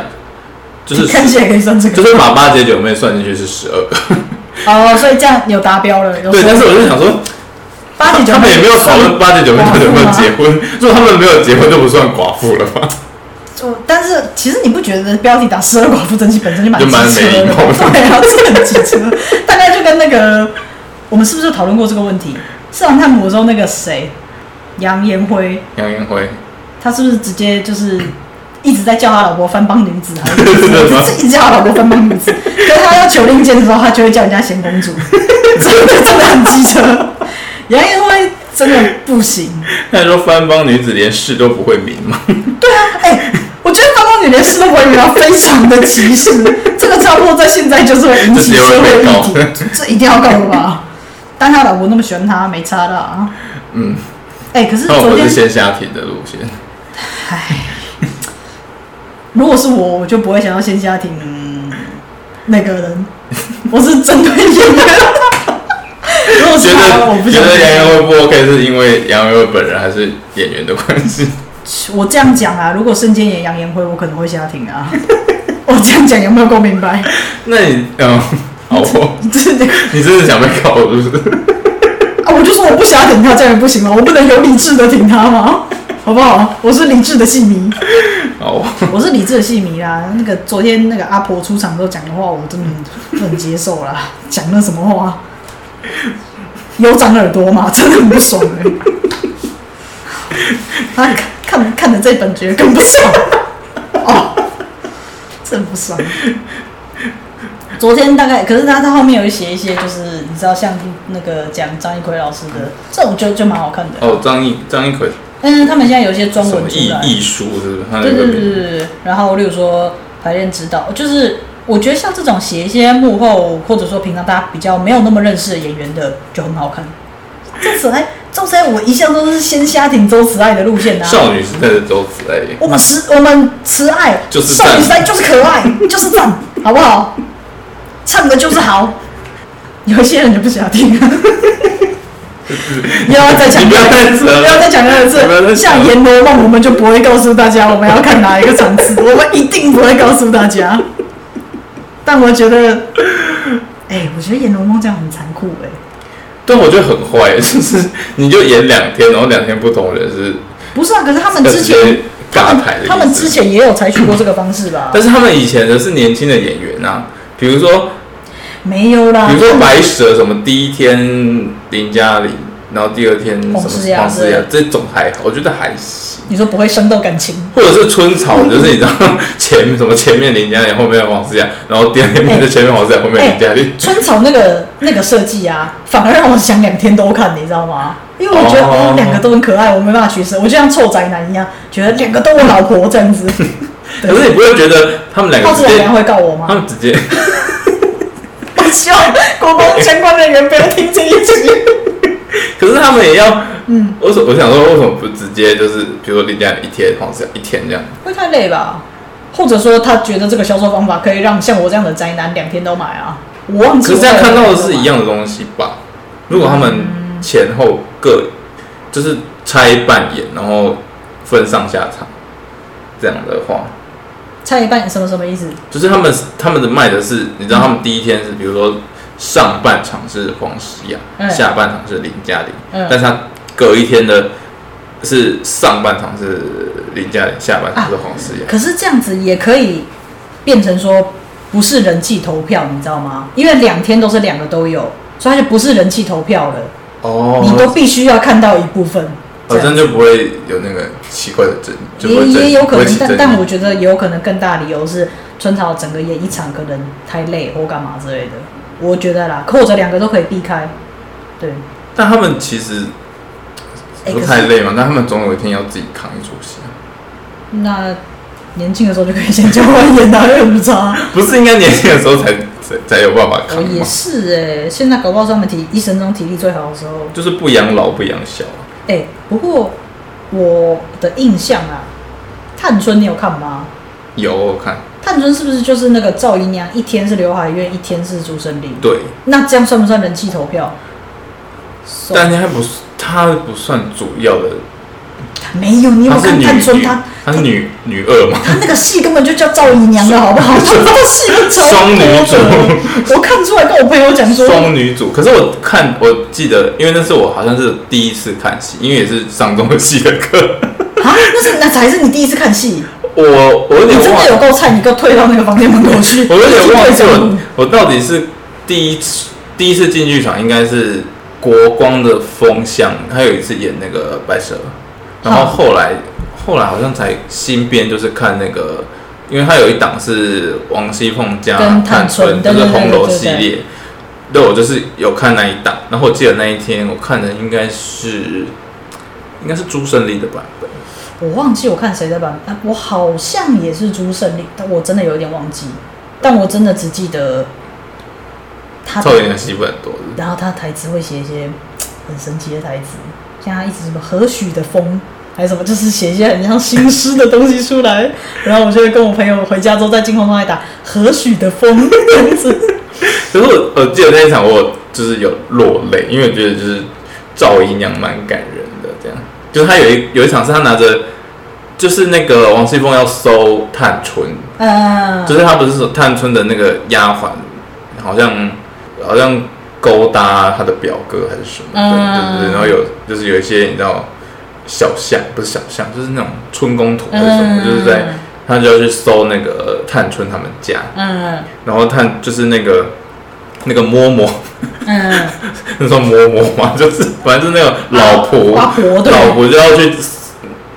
就是
看起来可以算这个。
就是把八姐九妹算进去是十二，
哦，所以这样有达标了。有
对。但是我就想说，
八九九
他们也没有讨论八姐九妹到底有没有结婚，如果他们没有结婚就不算寡妇了吧？
就但是其实你不觉得标题打“十二寡妇珍惜”本身就蛮
就蛮
机车
没
的
礼
吗
貌的
对啊，这个很机车。大概就跟那个我们是不是有讨论过这个问题？《四郎探母》中那个谁，杨延辉，
杨延辉，
他是不是直接就是一直在叫他老婆翻帮女子啊？
对对对
一直叫他老婆翻帮女子，可是他要求令箭的时候，他就会叫人家贤公主，真的真的很机车。杨延辉真的不行。
那你说番邦女子连士都不会明吗？
对啊，哎、我觉得方方女连事都不会遇到，非常的歧视。 这个差不多在现在就是会引起社会议题， 这一定要告的吧？但他老婆那么喜欢他，没差的啊。
嗯，
哎、可是
那我
昨
们是
天，
先下体的路线，
哎，如果是我，我就不会想要先家庭、嗯那个人，我是针对演员。 如果
觉
是他，我不
得
想
觉得杨
演
延辉不 OK 是因为杨延辉本人还是演员的关系？
我这样讲啊，如果瞬间演杨延辉，我可能会家庭 啊。我这样讲有没有够明白？
那你嗯，好哦，
这这
你真的想被告是不是？
啊，我就说我不想要挺他，这样也不行吗？我不能有理智的挺他吗？好不好？我是理智的戏迷，
好哦。
我是理智的戏迷啦。那个昨天那个阿婆出场之后讲的话，我真的很不能接受啦。 讲那什么话？有长耳朵吗？ 真的很不爽哎、 他看看看了这本觉得更不爽 哦，真不爽。昨天大概，可是他他后面有写一些，就是你知道像那个讲张一奎老师
嗯
的这种就就蛮好看的。
哦，张艺张艺奎
但是他们现在有一些中
什
文
么
出
艺
来，
艺术是不是？他那
对
个
对
名
对对对。然后例如说排练指导，就是我觉得像这种写一些幕后或者说平常大家比较没有那么认识的演员的，就很好看。哎周慈爱，周慈爱我一向都是先瞎挺周慈爱的路线啊。
少女时代的周子哎，
我们慈我们慈爱，
就是
少
赞
女时代就是可爱， 就是赞，好不好？唱的就是好。有一些人就不想 听、啊，不要再讲，
你不要再扯了
不要再讲二
你不要再扯
次。
了
像《阎罗梦》，我们就不会告诉大家我们要看哪一个场 次，我们一定不会告诉大家。但我觉得，哎、我觉得《阎罗梦》这样很残酷哎、
但我觉得很坏， 就是你就演两天，然后两天不同人是，
不是啊，可是他们
要
之
直
前
接，
他
尬
们
台的意思
他们之前也有采取过这个方式吧？
但是他们以前的是年轻的演员啊，比如说
没有啦，
比如说白蛇什么第一天林嘉玲，然后第二天什么
黄思雅
黄思雅
之
这种还好，我觉得还行。
你说不会生动感情？
或者是春草，就是你知道前面什么前面林嘉玲，后面黄思雅，然后第二天就前面黄思雅，后面林嘉 玲。
哎春草那个那个设计啊，反而让我想两天都看，你知道吗？因为我觉得
哦
哦，两、个都很可爱，我没办法取舍，我就像臭宅男一样，觉得两个都我老婆这 样子。
可是你不会觉得他们两
浩
个直
志良
接
良，会告我
他
吗？
们直接。
我 希望国光相关人员不要听这一 集。
可是他们也要，
嗯，
我所我想说，为什么不直接就是，比如说林嘉玲一天，黄子一天这样？
会太累吧？或者说他觉得这个销售方法可以让像我这样的宅男两天都买啊？我忘记
可
我
是这样
有
看到的
看过
是
吗
一样的东西吧？如果他们前后各就是拆半演，然后分上下场，这样的话，
差一半什么什么意思？
就是他们他们的卖的是，你知道他们第一天是，比如说上半场是黄诗雅，
嗯
下半场是林嘉玲，
嗯
但是他隔一天的是上半场是林嘉玲，下半场是黄诗雅。
可是这样子也可以变成说不是人气投票，你知道吗？因为两天都是两个都有，所以它就不是人气投票了，
哦
你都必须要看到一部分。
好
这样
像就不会有那个奇怪的争，就不
也
会争
也有可
不会
能
起，
但
争
但
议
我觉得也有可能更大的理由是春草整个演一场可能太累或干嘛之类的，我觉得啦，或者两个都可以避开。对，
但他们其实
哎、可
不是太
是
累嘛，但他们总有一天要自己扛一出戏啊。
那年轻的时候就可以先交换演哪有 不差？
不是应该年轻的时候才才才有办法
我
扛
也
吗？
是哎、现在搞不好是他们体一生中体力最好的时候。
就是不养老不养小啊、
哎、不过我的印象啊，探春你有看吗？
有我看
探春是不是就是那个赵姨娘，一天是刘海苑，一天是朱生林？
对，
那这样算不算人气投票？
但他不是他不算主要的，
没有，你有没
她
有
是
看
女
探春
女
她
她是女女二嘛，
她那个戏根本就叫赵姨娘 的好不好？她那个戏都超
双女
多的，我看出来，跟我朋友讲说，
双女主。可是我看我记得，因为那是我好像是第一次看戏，因为也是上中文系的课，
啊，那是那才是你第一次看戏，
我我有
你
点
真
忘
的有够菜，你给我退到那个房间门口 去。
我有点忘记
你是退
我
场
我到底是第一次第一次进剧场应该是国光的风向，他有一次演那个白蛇，然后
好
后来后来好像才新编，就是看那个，因为他有一档是王熙凤加
跟探
探
春
春，
对
就是
对对
红楼
对对
系列。对，我就是有看那一档，然后我记得那一天我看的应该是应该是朱胜利的版本，
我忘记我看谁的版本，啊我好像也是朱胜利，但我真的有一点忘记，但我真的只记得他
赵云的戏份很多，
然后他台词会写一些很神奇的台词，像他一直什么何许的风，还是什么，就是写一些很像新诗的东西出来。 然后我就会跟我朋友回家之后在镜框上面打何许的风这样子。
可是我我记得那一场我就是有落泪，因为我觉得就是赵姨娘蛮感人的，这样。就是她有一有一场是她拿着，就是那个王熙凤要搜探春，
呃，
就是她不是说探春的那个丫鬟，好像好像勾搭她的表哥还是什么的，
嗯
对对对。然后有就是有一些你知道小巷不是小巷，就是那种春宫图还是什么，就是在她就要去搜那个探春他们家，
嗯
然后探就是那个那个嬷嬷。
嗯，
那时候嬷嬷嘛，就是 反正就是那个老婆，
啊花婆对
老婆就要去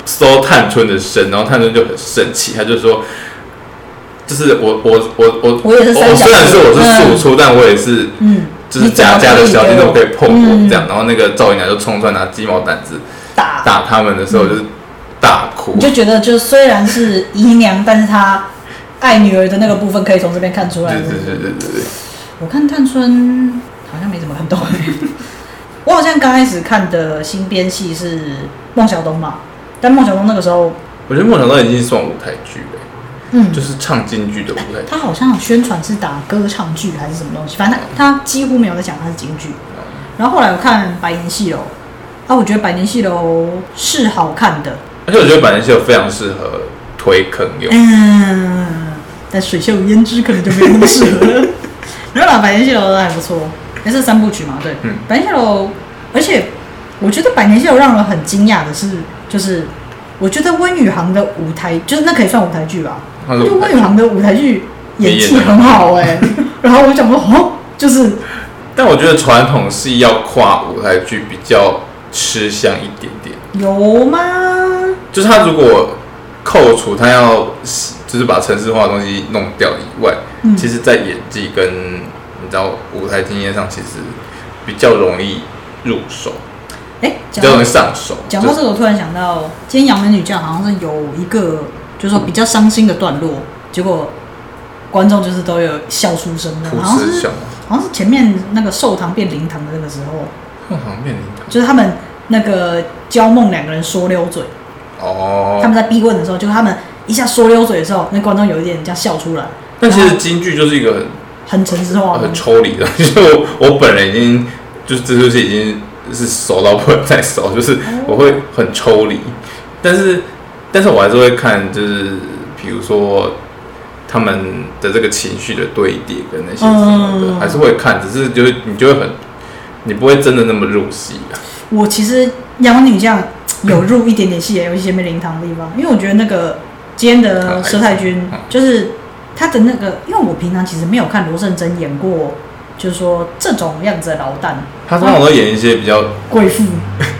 搜探春的身，然后探春就很生气，她就说，就是我我我我
我也是三小
虽然
姐
是我是庶
嗯
出，但我也是
嗯，
就是
你怎么
贾家的
可以
小姐，
给
怎
我
么可以碰我
嗯
这样？然后那个赵姨娘就冲出来拿鸡毛掸子
打，
打他们的时候，就是大哭
嗯你，就觉得就虽然是姨娘，但是她爱女儿的那个部分可以从这边看出来。
对对对对对对，
我看探春好像没怎么看懂， 我好像刚开始看的新编戏是孟小冬嘛，但孟小冬那个时候，
我觉得《梦想到已经算舞台剧了，
嗯，
就是唱京剧的舞台剧。
他好像宣传是打歌唱剧还是什么东西，反正他他几乎没有在讲他是京剧。然后后来我看《百年戏楼》，啊，我觉得《百年戏楼》是好看的，
而且我觉得百年秀非常适合推坑用。
嗯，但水袖与胭脂可能就没有那么适合 了。没有啦，百年戏楼还不错，也是三部曲嘛，对，
嗯
百年戏楼，而且我觉得百年戏楼让人很惊讶的是，就是我觉得温宇航的舞台，就是那可以算舞台剧吧，
他
就
说
温宇航的舞台剧演技很好 哎、然后我就想说，哦，就是
但我觉得传统戏要跨舞台剧比较吃香一点点，
有吗？
就是他如果扣除他要就是把城市化的东西弄掉以外，
嗯
其实在演技跟你知道舞台经验上，其实比较容易入手，
哎，
比
讲
较
到
容易上手。
讲到这个，我突然想到，今天《杨门女将》好像是有一个，就是说比较伤心的段落，结果观众就是都有笑出声的，
就是
好
噗
像
嗤
是
笑，
好像是前面那个寿堂变灵堂的那个时候，
哼好像面临
就是他们那个焦梦两个人说溜嘴，他
哦
们。在逼问的时候，就是他们一下说溜嘴的时候，那观众有一点这样笑出来。
但其实京剧就是一个很
很城市化吗
哦很？抽离的，就是我我本人已经就是这出戏已经是熟到不能再熟，就是
哦
我会很抽离，但是但是我还是会看，就是比如说他们的这个情绪的堆叠跟那些什么的，
嗯
还是会看，只是就是你就会很，你不会真的那么入戏啊。
我其实《阳光女将》 有入一点点戏，有一些没灵堂的地方，因为我觉得那个今天的佘太君
嗯
就是他的那个，因为我平常其实没有看罗胜珍演过，就是说这种样子的老旦
他通常都演一些比较，
贵妇，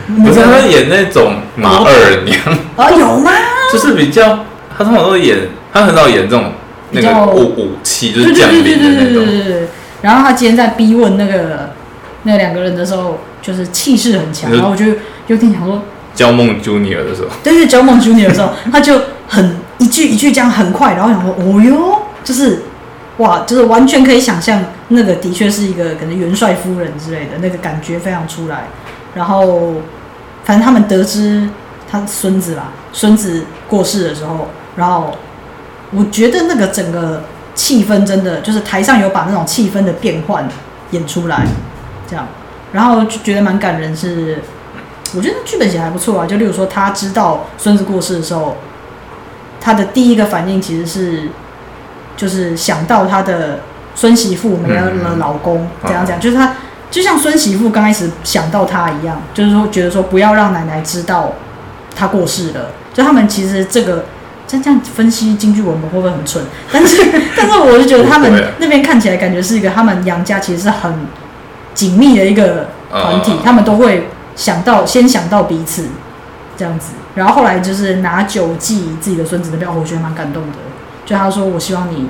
不是
那
他
个
会演那种马二娘，
啊有吗？
就是比较他通常都演，他很少演这种那
比
个
较
武武器，就
对
是
对
将
对
领
对
的
对
那
对
种。
对对。然后他今天在逼问那个那两个人的时候，就是气势很强，
你说
然后我就有点想说，
焦梦 Junior 的时候，
对对，交梦 Junior 的时候，他就很一句一句这样很快，然后想说，哦哟，就是哇，就是完全可以想象那个的确是一个可能元帅夫人之类的那个感觉非常出来。然后反正他们得知他孙子啦，孙子过世的时候，然后我觉得那个整个气氛真的就是台上有把那种气氛的变换演出来，这样，然后就觉得蛮感人是。我觉得剧本写得还不错啊。就例如说，他知道孙子过世的时候，他的第一个反应其实是，就是想到他的孙媳妇没了
嗯嗯嗯
老公，怎样怎样，就是他就像孙媳妇刚开始想到他一样，就是说觉得说不要让奶奶知道他过世了。就他们其实这个。这这样分析京剧文本会不会很蠢？但是， 但是我就觉得他们
不会啊
那边看起来感觉是一个他们杨家其实是很紧密的一个团体
嗯，
他们都会想到先想到彼此这样子，然后后来就是拿酒祭自己的孙子那边，哦，我觉得蛮感动的。就他说，我希望你，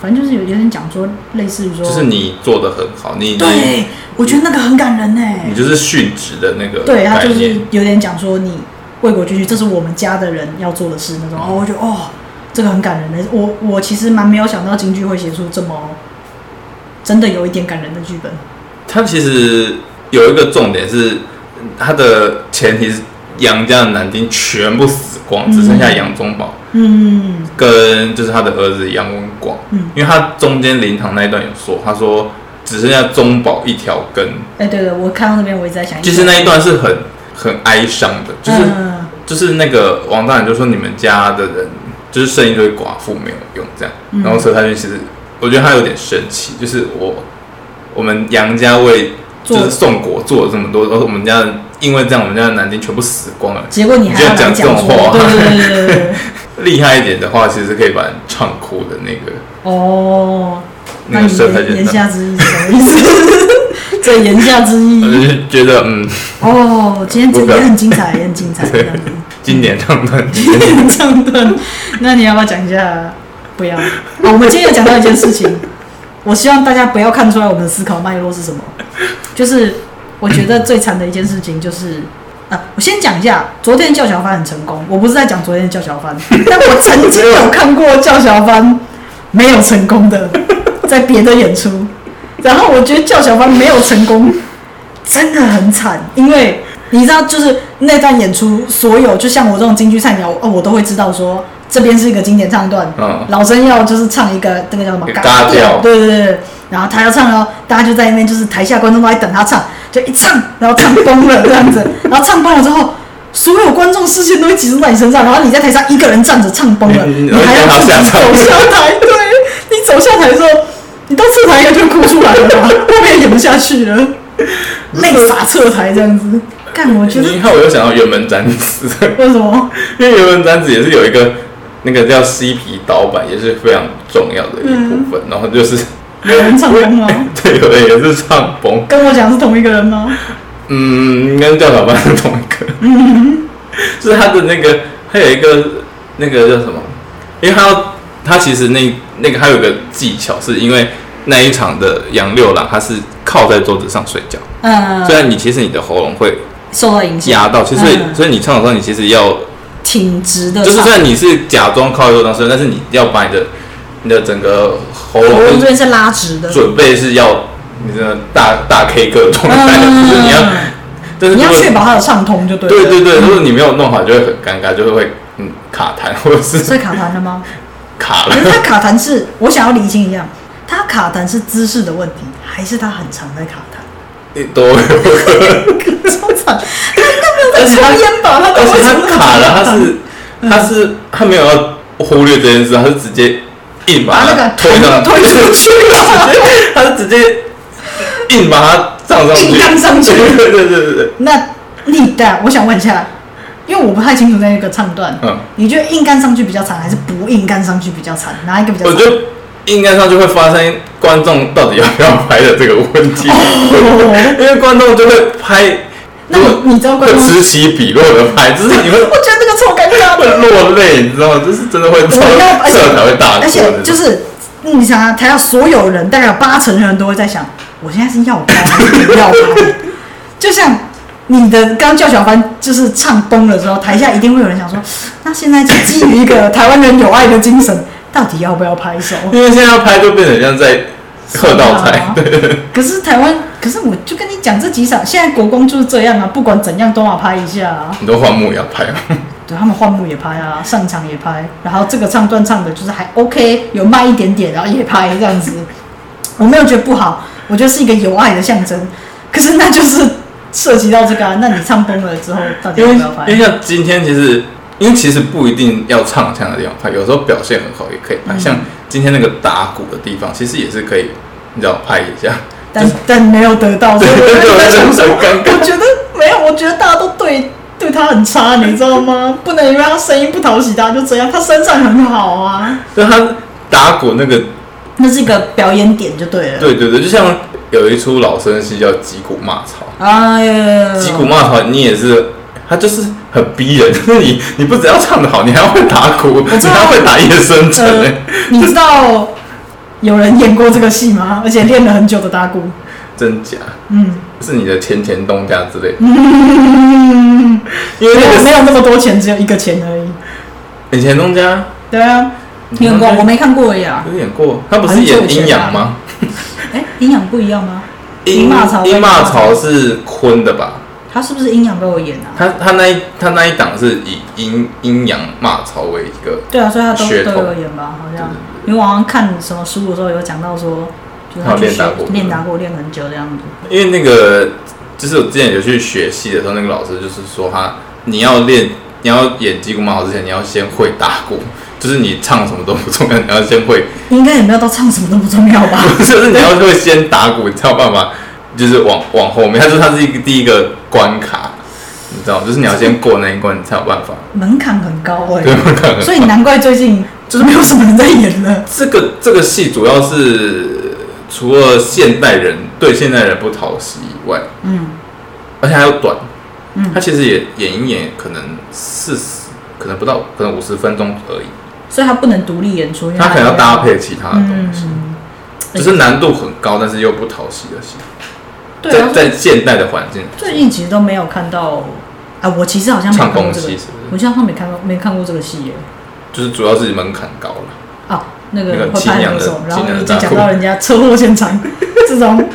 反正就是有有点讲说，类似于说，
就是你做的很好，你你
对，我觉得那个很感人呢。欸
你就是殉职的那个
对他
概
就是
念
有点讲说你为国捐躯，这是我们家的人要做的事
嗯
那种。哦，我觉得哦，这个很感人的。欸我我其实蛮没有想到京剧会写出这么真的有一点感人的剧本。
他其实有一个重点是，他的前提是杨家的男丁全部死光，只剩下杨宗保
嗯
跟就是他的儿子杨文广，
嗯，
因为他中间灵堂那一段有说，他说只剩下宗保一条根，
哎、对对，我看到那边我一直在想，
其实那一段是很很哀伤的，就是、
哎嗯
就是那个王大人就说你们家的人就是剩一堆寡妇没有用这样，然后佘太君其实我觉得他有点生气，就是我我们杨家为就
做
是宋国做了这么多，然后我们家的因为这样我们家的男丁全部死光了。
结果你还要来
你居然讲
说，
这种话
对对对对对 对，
厉害一点的话，其实可以把人唱哭的那个
哦，
那
那
个
你
佘太
言
君
言
唱，
下之意是什么意思？ 这言下之
我就
意
是觉得嗯，
哦，今天这个也很精彩，也很精彩，这样子。
经典唱段，
唱段，那你要不要讲一下？不要、啊我们今天有讲到一件事情，我希望大家不要看出来我们的思考脉络是什么。就是我觉得最惨的一件事情就是，啊，我先讲一下，昨天叫小帆很成功。我不是在讲昨天的叫小帆，但我曾经有看过叫小帆没有成功的，在别的演出。然后我觉得叫小帆没有成功，真的很惨，因为你知道，就是那段演出，所有就像我这种京剧菜鸟，哦，我都会知道说这边是一个经典唱段，
嗯
老生要就是唱一个那个叫什么
嘎调
对对对，对然后他要唱哦，大家就在那边就是台下观众都在等他唱，就一唱，然后唱崩了这样子，然后唱崩了之后。所有观众视线都会集中在你身上，然后你在台上一个人站着唱崩了，
嗯
你还要
然后
自己
下场
走下台，对你走下台的时候，你到侧台应该就哭出来了吧，后面演不下去 了。泪洒侧台这样子。干，我觉得
你看我又想到辕门斩子，
为什么？
因为原本单子也是有一个那个叫西皮导板，也是非常重要的一部分。然后就是
有人唱功吗？
对，有人也是唱崩，
跟我讲是同一个人吗？
嗯，跟教导班是同一个， 嗯，就是他的那个，他有一个那个叫什么？因为他要他其实那那个还有一个技巧，是因为那一场的杨六郎他是靠在桌子上睡觉，
嗯
虽，然你其实你的喉咙会
受到影响，
压到，其实所以、
嗯
所以你唱的时候你其实要
挺直的，
就是虽然你是假装靠右当声，但是你要把你的你的整个喉
喉咙
咙
这边是拉直的，
准备是要你的大大 K 歌的状态，
嗯
就是你要，但是
你要
如果
确保它的畅通就对了。
对对对，如果你没有弄好，就会很尴尬，就会会嗯 卡痰或者是
所以卡痰了吗？
卡
可是
了。
它卡痰是，我想要理清一样，他卡痰是姿势的问题，还是他很常在卡痰？
你都有可能。
超惨，他应该没有在抽烟吧？他
而
都
且
会
他
怎么
卡了，他是
嗯
他是他没有要忽略这件事，他是直接硬把
把那
它
个
推上
推出去
他直接他是直接硬把它上上去，
硬杠上去
对对对对对，
那你的，我想问一下，因为我不太清楚那个唱段，
嗯
你觉得硬干上去比较惨，还是不硬干上去比较惨？哪一个比较
我
惨？
觉得应该上就会发生观众到底要不要拍的这个问题，
哦
因为观众就会拍，
那你你知道观众
会此起彼落的拍，就是 你会
我觉得那个超 尴尬
会
的。
落泪，你知道吗？就是真的会超
我要，而且
这才会大哭，
而且就是你想啊，台下所有人大概有八成的人都会在想，我现在是要拍还是不要拍？就像你的刚刚叫小帆就是唱崩了之后，台下一定会有人想说，那现在是基于一个台湾人有爱的精神，到底要不要拍手？
因为现在要拍就变成像在喝倒
是
彩
啊，
对对对。
可是台湾，可是我就跟你讲，这几场现在国光就是这样啊，不管怎样都要拍一下啊。
很多花木也要 拍吗？
对他们换幕也拍啊，上场也拍，然后这个唱段唱的就是还 OK，有慢一点点，然后也拍这样子。 我没有觉得不好，我觉得是一个友爱的象征。可是那就是涉及到这个、啊，那你唱崩了之后，到底
因
要
为
不要拍
因为？像今天其实，因为其实不一定要唱腔的地方拍，有时候表现很好也可以拍。
嗯
像今天那个打鼓的地方，其实也是可以，你知道拍一下。
但但没有得到，所以哦我就在想说，
对对对对对对对对对对
我觉得没有，我觉得大家都对对他很差，你知道吗？不能因为他声音不讨喜，大家就这样。他身上很好啊，
就他打鼓那个，
那是一个表演点就对了。
对对对，就像有一出老生戏叫《击鼓骂曹》，
哎呀，
击鼓骂曹你也是。他就是很逼人， 就是你你不只要唱得好，你还要会打 鼓，
知
你
道
还要会打夜深沉、
呃
欸，
你知道有人演过这个戏吗？而且练了很久的打鼓，
真假？
嗯，
是你的前前东家之类 的，
嗯
因为
没
那
有
个
没有那么多钱，只有一个钱而已。
你前东家
对啊，
你有过我
没看过啊 呀。
有演过，他不是演
啊
阴阳吗？
哎，阴阳不一样吗？
阴
阴骂曹
阴骂曹是坤的吧？
他是不是阴阳都有演啊？
他他那一他那一档是以阴阴阳骂曹为一个，
对啊，所以他都
噱头
都有演吧，好像
对对。
因为我好像看什么书的时候有讲到说，就是
他有
去
练打
学
鼓
练打鼓练很久这样子。
因为那个就是我之前有去学戏的时候，那个老师就是说他你要练你要演击鼓骂曹之前，你要先会打鼓，就是你唱什么都不重要，你要先会，
应该也没有到唱什么都不重要吧？
就是你要会先打鼓，你才有办法就是往往后面。他说他是一个第一个关卡，你知道，就是你要先过那一关，你才有办法。
门槛很高哎、
对，我 看
所以难怪最近就是没有什么人在演了。
这个这个戏主要是除了现代人对现代人不讨喜以外，
嗯
而且还要短，
嗯
它，其实也演一演可能四十，可能不到，可能五十分钟而已。
所以他不能独立演出，因为
它可能要搭配其他的东西，
嗯，
就是难度很高，但是又不讨喜的戏。
对
在
啊。
在现代的环境，
最近其实都没有看到啊，我其实好像没看
唱
过
功
这个
戏，是不
我
是？
其实好像没看过没看过这个戏耶、
就是主要是门槛高了。
啊，那
那
个
个
会
清
拍
凉
歌
的
手，然后
清凉
你
的
就
大
讲
哭
到人家车祸现场这 种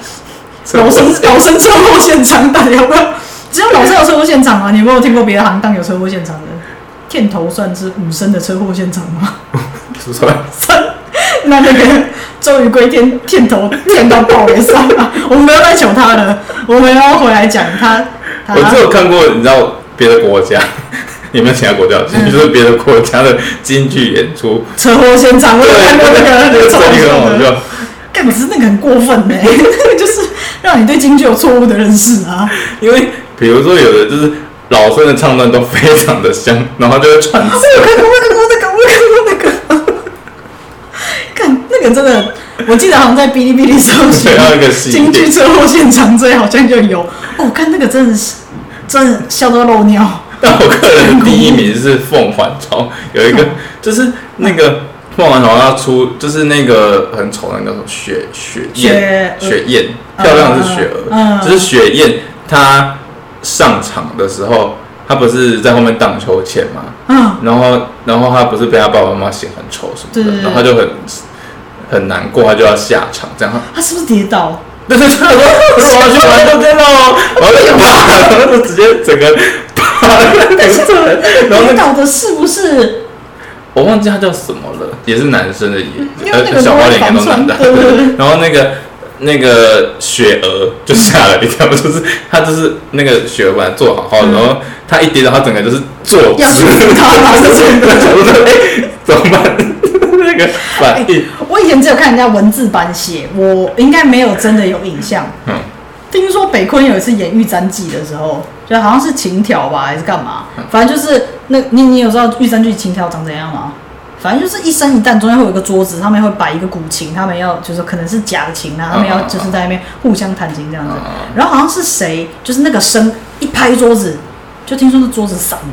老生老生车祸现场，大家有没有？只有老生有车祸现场吗？你有没有听过别的行当有车祸现场的？片头算是武生的车祸现场吗？
是不是？
那那个周瑜归天，片头片到爆也算了。我们不要再求他了，我们要回来讲他他
我只有看过，你知道别的国家，也没有其他国家，就是别的国家的京剧演出。
车祸现场，我有看过那个
那个
超
真的很
好
好
笑的。
笑。
干，可是那个很过分呢、欸那个 就是让你对京剧有错误的认识啊。
因为比如说有的就是老生的唱段都非常的像，然后就会串词
我。啊有看过，我有看过那个，我有看过那个。看那个真的，我记得好像在哔哩哔哩搜 寻
对还有一个
《
戏
京剧车祸现场罪》，好像就有。哦，看那个真的是，真的笑到漏 尿。
但我个人第一名是凤凰巢，有一 个就是那个凤凰巢，他出就是那个很丑的那个叫什么雪雪燕，
雪
雪燕
嗯
漂亮的是雪
嗯
儿，就是雪燕她上场的时候，她不是在后面荡秋千嘛，
嗯，
然后，然后他不是被他爸爸妈妈嫌很丑什
对
么
对
的，
对
然后他就很很难过，他就要下场， 这样。
他是不是跌倒？
对对对，我我要去玩斗 电脑，然后就啪， 然后
哎
就直接整个啪，然后
跌倒的是不是
我忘记他叫什么了，也是男生的演
因，为那
呃，
个
小花脸应该都男
反
的
串，歌，
然后那个那个雪娥就吓了一跳，就是他就是那个雪娥本来坐好好的，然后他一跌倒，他整个就是坐直，
要去扶他
然
然
后
后
就
就是是
我说哎 怎么办？那个反应，
哎我以前只有看人家文字版写，我应该没有真的有影像。
嗯，
听说北昆有一次演《玉簪记》的时候，就好像是情条吧，还是干嘛？反正就是那，你你有知道《玉簪记》情条长怎样吗？反正就是一生一旦中间会有一个桌子，上面会摆一个古琴，他们要就是可能是假的琴啊，他们要就是在那边互相弹琴这样子。然后好像是谁，就是那个声一拍桌子，就听说那桌子散了。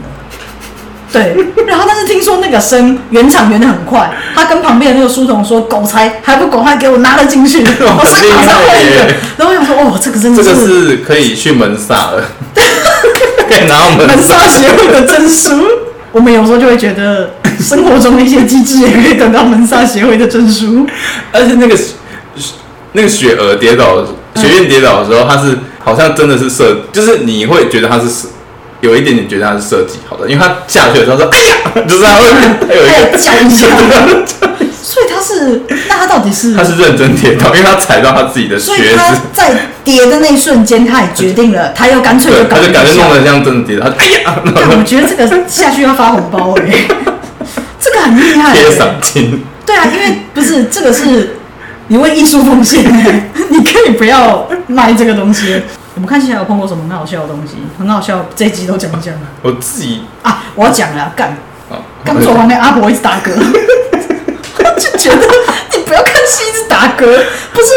对，然后但是听说那个声原厂圆的很快，他跟旁边的那个书童说：“狗才还不赶快给我拿了进去！”
哇
我上马上
哦厉害
会一
耶
个。然后我想说：“哦，这个真
这
的
个
是
是可以去门 萨了，可以拿到门
门
萨。
萨学会的证书。”我们有时候就会觉得，生活中的一些机制也可以得到门萨协会的证书。
而且那个雪那个雪娥跌倒
嗯
的时候，雪燕跌倒的时候，她是好像真的是设，就是你会觉得她是设有一点点觉得她是设计好的，因为她下去的时候说“哎呀”，就是她会她有一
还有
个，
哎讲一 下，所以他是，那他到底是
她？是认真跌倒，因为她踩到她自己的
所以
靴
他
子，
在跌的那一瞬间，他也决定了，他又干脆
对
就，搞
她就感觉
一下
弄得像真的跌倒，她就“哎呀”， 然
对，
后
我觉得这个下去要发红包哎、 这个很厉害、
贴
欸。
赏金，
对啊，因为不是这个是你为艺术奉献、欸， 你可以不要卖这个东西。我们看现在有碰过什么很好笑的东西，很好笑，这一集都讲一讲
我自己
啊！我要讲了，干，
啊，
刚做完那阿婆一直打嗝， 我就觉得你不要看戏一直打嗝，不是，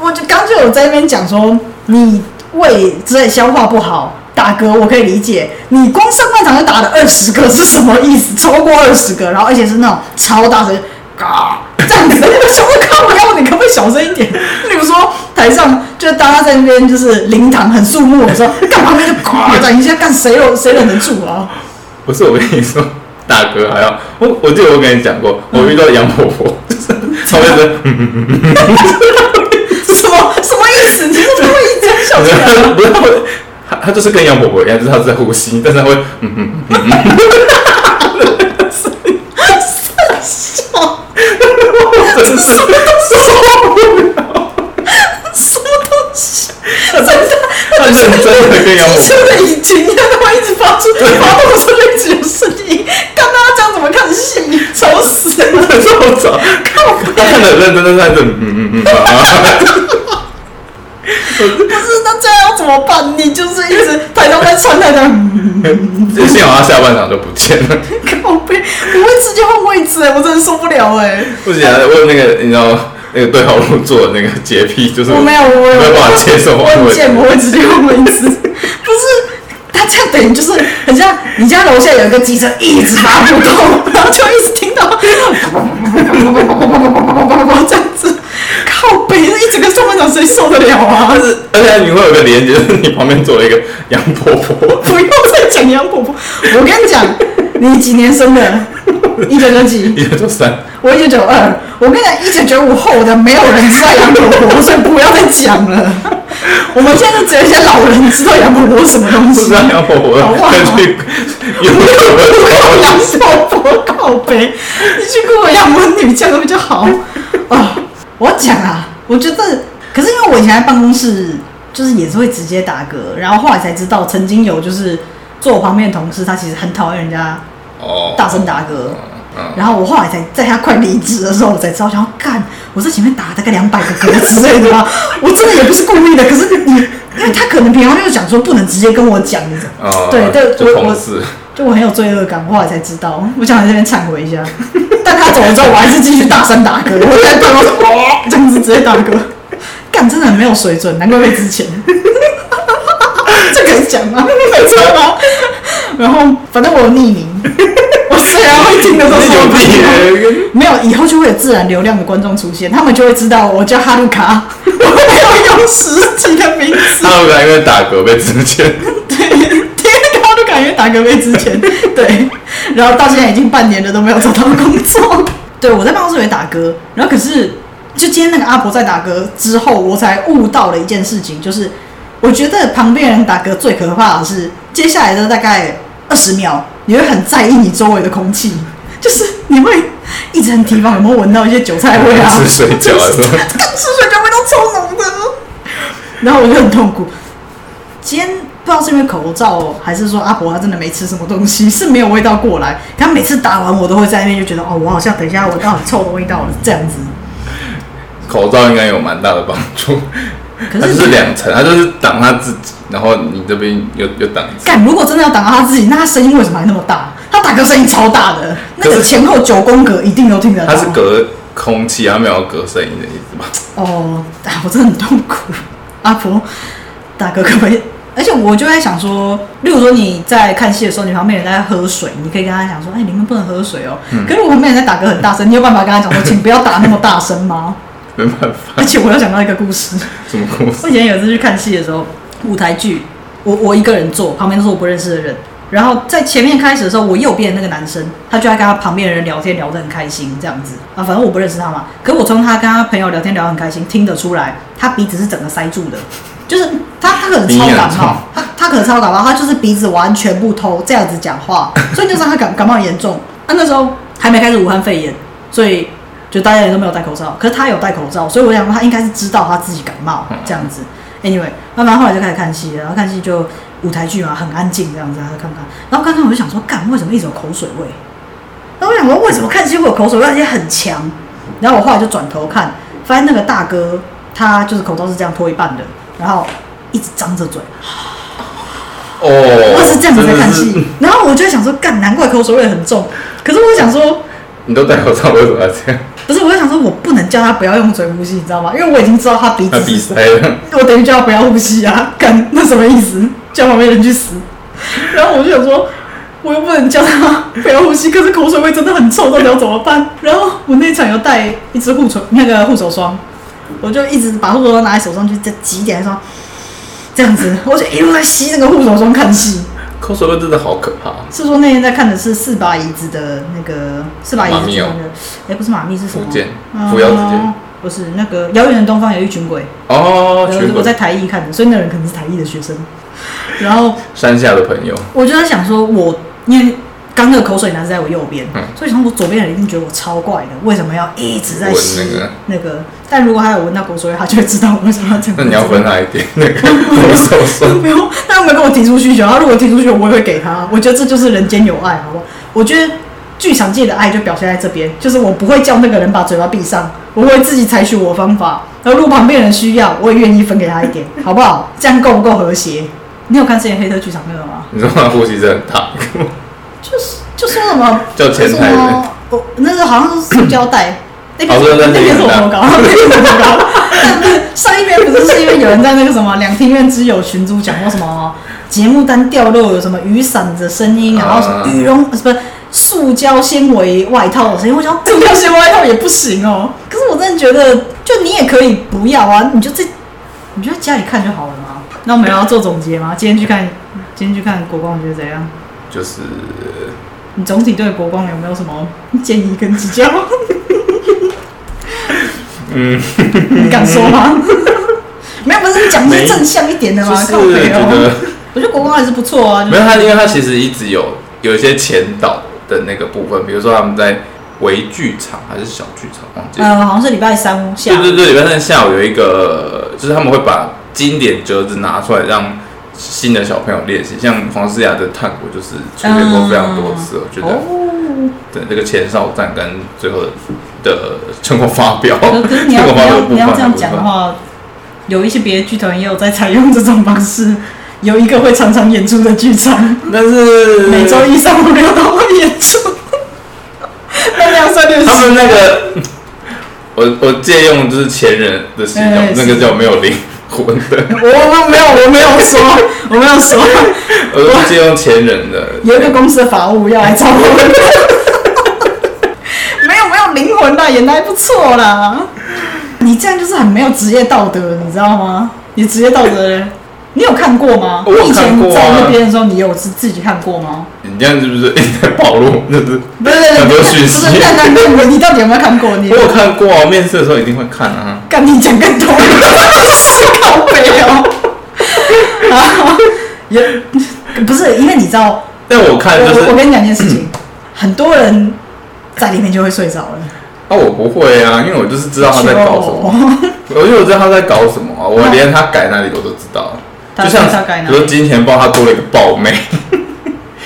我就刚就有在那边讲说，你胃之类消化不好打嗝，我可以理解，你光上半场就打了二十个是什么意思？超过二十个，然后而且是那种超大声。嘎，这样子， 我想说，靠腰，你可不可以小声一点？例如说，台上就大家在那边就是灵堂很肃穆的时候， 干嘛那边就嘎讲一下，干谁有谁忍得住啊？
不是我跟你说，大哥还要我，我记得我跟你讲过，我遇到杨婆婆，就是超认真，嗯
什么什么意 思？你是不会一直笑
不
出
是
来吗？
不是她会，她她就是跟杨婆婆一样，就是她在呼吸，但是她会嗯嗯。
笑，
真是
什么东西？真的，
他认真的跟杨
提出
某，
的已经，他会一直发出发动的时候就一直有声音，看大家这样怎么看戏，愁死了！
很受伤，
靠背，
他看得很认真，但是他就嗯嗯嗯啊，
不是那这样要怎么办？你就是一直台上在穿台上，嗯
就幸好他下半场就不见了。
靠背，我会直接换位置哎、我真的受不了哎、
不行、啊，我有那个你知道那个对号入座的那个洁癖，就是
我没有，我有，
没有办法接受
我很贱，我会直接用文字，不是。他这样等于就是很像你家楼下有一个机车一直发不动，然后就一直听到 这样子，靠北一整个上半场谁受得了啊？
而且你会有个连接，就是你旁边坐了一个杨婆 婆，
不要再讲杨婆婆，我跟你讲，你几年生 的？一九九几？
一个就三，
我一九九二，呃我跟你讲，一九九五后的没有人知道杨婆婆，所以不要再讲 了。我们现在就只有一些老人知道杨婆婆是什么东
不
西
知。道啊杨婆婆
啊
再去有没有
杨婆婆告白，你去跟我杨文女讲会就好。哦，我讲啊，我觉得，可是因为我以前在办公室，就是也是会直接打嗝，然后后来才知道，曾经有就是坐我旁边的同事，他其实很讨厌人家
哦，
大声打嗝。
嗯，
然后我后来才在他快离职的时候，我才知道，想要干，我在前面打大概两百个嗝之类的吧， 我真的也不是故意的。可是你，因为他可能平常就是讲说不能直接跟我讲，你知道
哦，
对对，
就
我
同
我
事，
就我很有罪恶感，我后来才知道， 我想来这边忏悔一下。 但他走了之后，我还是继续大声打 嗝，我在办公室哇这样子直接打嗝，干真的很没有水准，难怪被之前。 这可以讲吗？没错吗？然后反正我有匿 名，我虽然会听的都是
有
我朋友
病，
没有，以后就会有自然流量的观众出现，他们就会知道我叫哈鲁卡， 我没有用实际的名字。
他们因为打嗝被之前，
对， 天高都感觉打嗝被之前，对，然后到现在已经半年了都没有找到工作。对，我在办公室里打嗝，然后可是就今天那个阿伯在打嗝之后，我才悟到了一件事情，就是我觉得旁边人打嗝最可怕的是接下来的大概二十秒，你会很在意你周围的空气。就是你会一直很提防有没有闻到一些韭菜味啊，
吃水 饺的时候，
干吃水饺味道超浓的， 然后我就很痛苦。今天不知道是因为口罩，还是说阿婆她真的没吃什么东西，是没有味道过来。她每次打完我都会在那边就觉得，哦，我好像等一下闻到很臭的味道了这样子。
口罩应该有蛮大的帮助。
可
它就是是两层，它就是挡它自己，然后你这边又又挡一次。
干，如果真的要打到他自己，那他声音为什么还那么大？他打嗝声音超大的，那
可
个
是
前后九宫格一定都听得到。
它是隔空气，它没有隔声音的意思吧？
哦，啊我真的很痛苦。阿婆打嗝可不可以？而且我就在想说，例如说你在看戏的时候，你旁边有人在喝水，你可以跟他讲说：“哎、你们不能喝水哦。可是我旁边人在打嗝很大声，你有办法跟他讲说：“请不要打那么大声吗
没办法，？”
而且我又想到一个故事，
怎么公司？
我以前有一次去看戏的时候，舞台剧，我我一个人坐，旁边都是我不认识的人。然后在前面开始的时候，我右边的那个男生，他就在跟他旁边的人聊天，聊得很开心，这样子啊，反正我不认识他嘛。可我从他跟他朋友聊天聊得很开心，听得出来，他鼻子是整个塞住的，就是他他可能超感
鼻炎
冒
重，
他他可能超感冒，他就是鼻子完全不通，这样子讲话，所以就知道他感感冒很严重。啊，那时候还没开始武汉肺炎，所以就大家也都没有戴口罩，可是他有戴口罩，所以我想说他应该是知道他自己感冒这样子。Anyway，慢慢后来就开始看戏了，然后看戏就舞台剧嘛，很安静这样子，然后看看，然后看看我就想说，干为什么一直有口水味？然后我想说为什么看戏会有口水味，而且很强。然后我后来就转头看，发现那个大哥他就是口罩是这样脱一半的，然后一直张着嘴，
哦，
我
我
是这样子在看戏。然后我就想说，干难怪口水味很重。可是我想说，
你都戴口罩，为什么要这样？
不是，我就想说我不能叫他不要用嘴呼吸，你知道吗？因为我已经知道他鼻
他
子
鼻
是
塞了，
我等于叫他不要呼吸啊，干那什么意思？叫旁边人去死？然后我就想说，我又不能叫他不要呼吸，可是口水味真的很臭，到底要怎么办？然后我那一场又带一支护唇那个护手霜，我就一直把护手霜拿在手上去再挤一点，说这样子，我就一路在吸那个护手霜看戏。
口水味真的好可怕。
是说那天在看的是四把椅子的那个四把椅子
马
的
密
那
哦
个，哎、不是马密是什么？
福建
嗯
扶摇直接
不是那个遥远的东方有一群鬼，
哦，
我
全
我
国
在台艺看的，所以那人可能是台艺的学生。然后
山下的朋友，
我就在想说我，因为刚那个口水男是在我右边，
嗯
所以从我左边的人一定觉得我超怪的，为什么要一直在
闻
吸
那个
那个？但如果他有闻到口水味，他就会知道我为什么要这样。
那你要分他一 点， 那个我手手，
没有，他没有跟我提出需求。他如果提出需求，我也会给他。我觉得这就是人间有爱，好不好？我觉得剧场界的爱就表现在这边，就是我不会叫那个人把嘴巴闭上，我会自己采取我的方法。然后如果旁边人需要，我也愿意分给他一点，好不好？这样够不够和谐？你有看之前《黑特剧场》那个吗？
你说他呼吸声很大，
就是就说什么
叫前
就
台人
说我那个好像是塑胶袋， 那边
哦
是
对
那
那
边
边
是我投稿， 那边是我投稿。上一篇不是是因为有人在那个什么两厅院之友群组讲过什么节目单掉落有什么雨伞的声
啊
音，然后什么羽绒呃不是塑胶纤维外套的声音，我想说塑胶纤维外套也不行哦。可是我真的觉得，就你也可以不要啊，你就在你就在家里看就好了嘛。那我们要做总结吗？今天去看，今天去看国光，你觉得怎样？
就是
你总体对国光有没有什么建议跟指教？
嗯，
你敢说吗？ 没有，不是你讲是正向一点的
就
吗？
是
靠北
觉
哦，
得。
我觉得国光还是不错啊。就
没
是
有他，因为他其实一直有有一些前导的那个部分，比如说他们在微剧场还是小剧场，忘记了。
呃，好像是礼拜三下
对
午，
对对，礼拜三下午有一个，就是他们会把经典折子拿出来让新的小朋友练习，像黄思雅的探戈就是出现过非常多次，我觉得
哦，
对这个前哨战跟最后的的成果发表，
可可是你要
成
你
果发表
要
部分
你要这样讲的
部分
话，有一些别的剧团也有在采用这种方式。有一个会常常演出的剧场，
但是
每周一、三、五、六都会演出。那这样算六十？
他们那个， 我我借用就是前人的形容
哎，
那个叫没有灵魂的，
我我没有我没有说，我没有说，
我都借用前人的。
有一个公司的法务要来找我们，没有没有灵魂啦，演的还不错啦。你这样就是很没有职业道德，你知道吗？你职业道德嘞，你有看过吗？
我有
你以
看
前
过啊
在那边的时候，你有自自己看过吗？
你这样是不是 一直在暴露？就是
不是不是
很多讯息
不是，那那那你你到底有没有看过？你
我有看过啊，我面试的时候一定会看啊。
干你讲更多，靠背哦。啊，也不是因为你知道。
但我看就
我我
是嗯
跟你讲一件事情，很多人在里面就会睡着了。
啊，我不会啊，因为我就是知道他在搞什么，
么？
我因为我知道他在搞什么啊，我连他改哪里我都知道，
他
就像
他改哪
比如说金钱豹，他多了一个豹妹，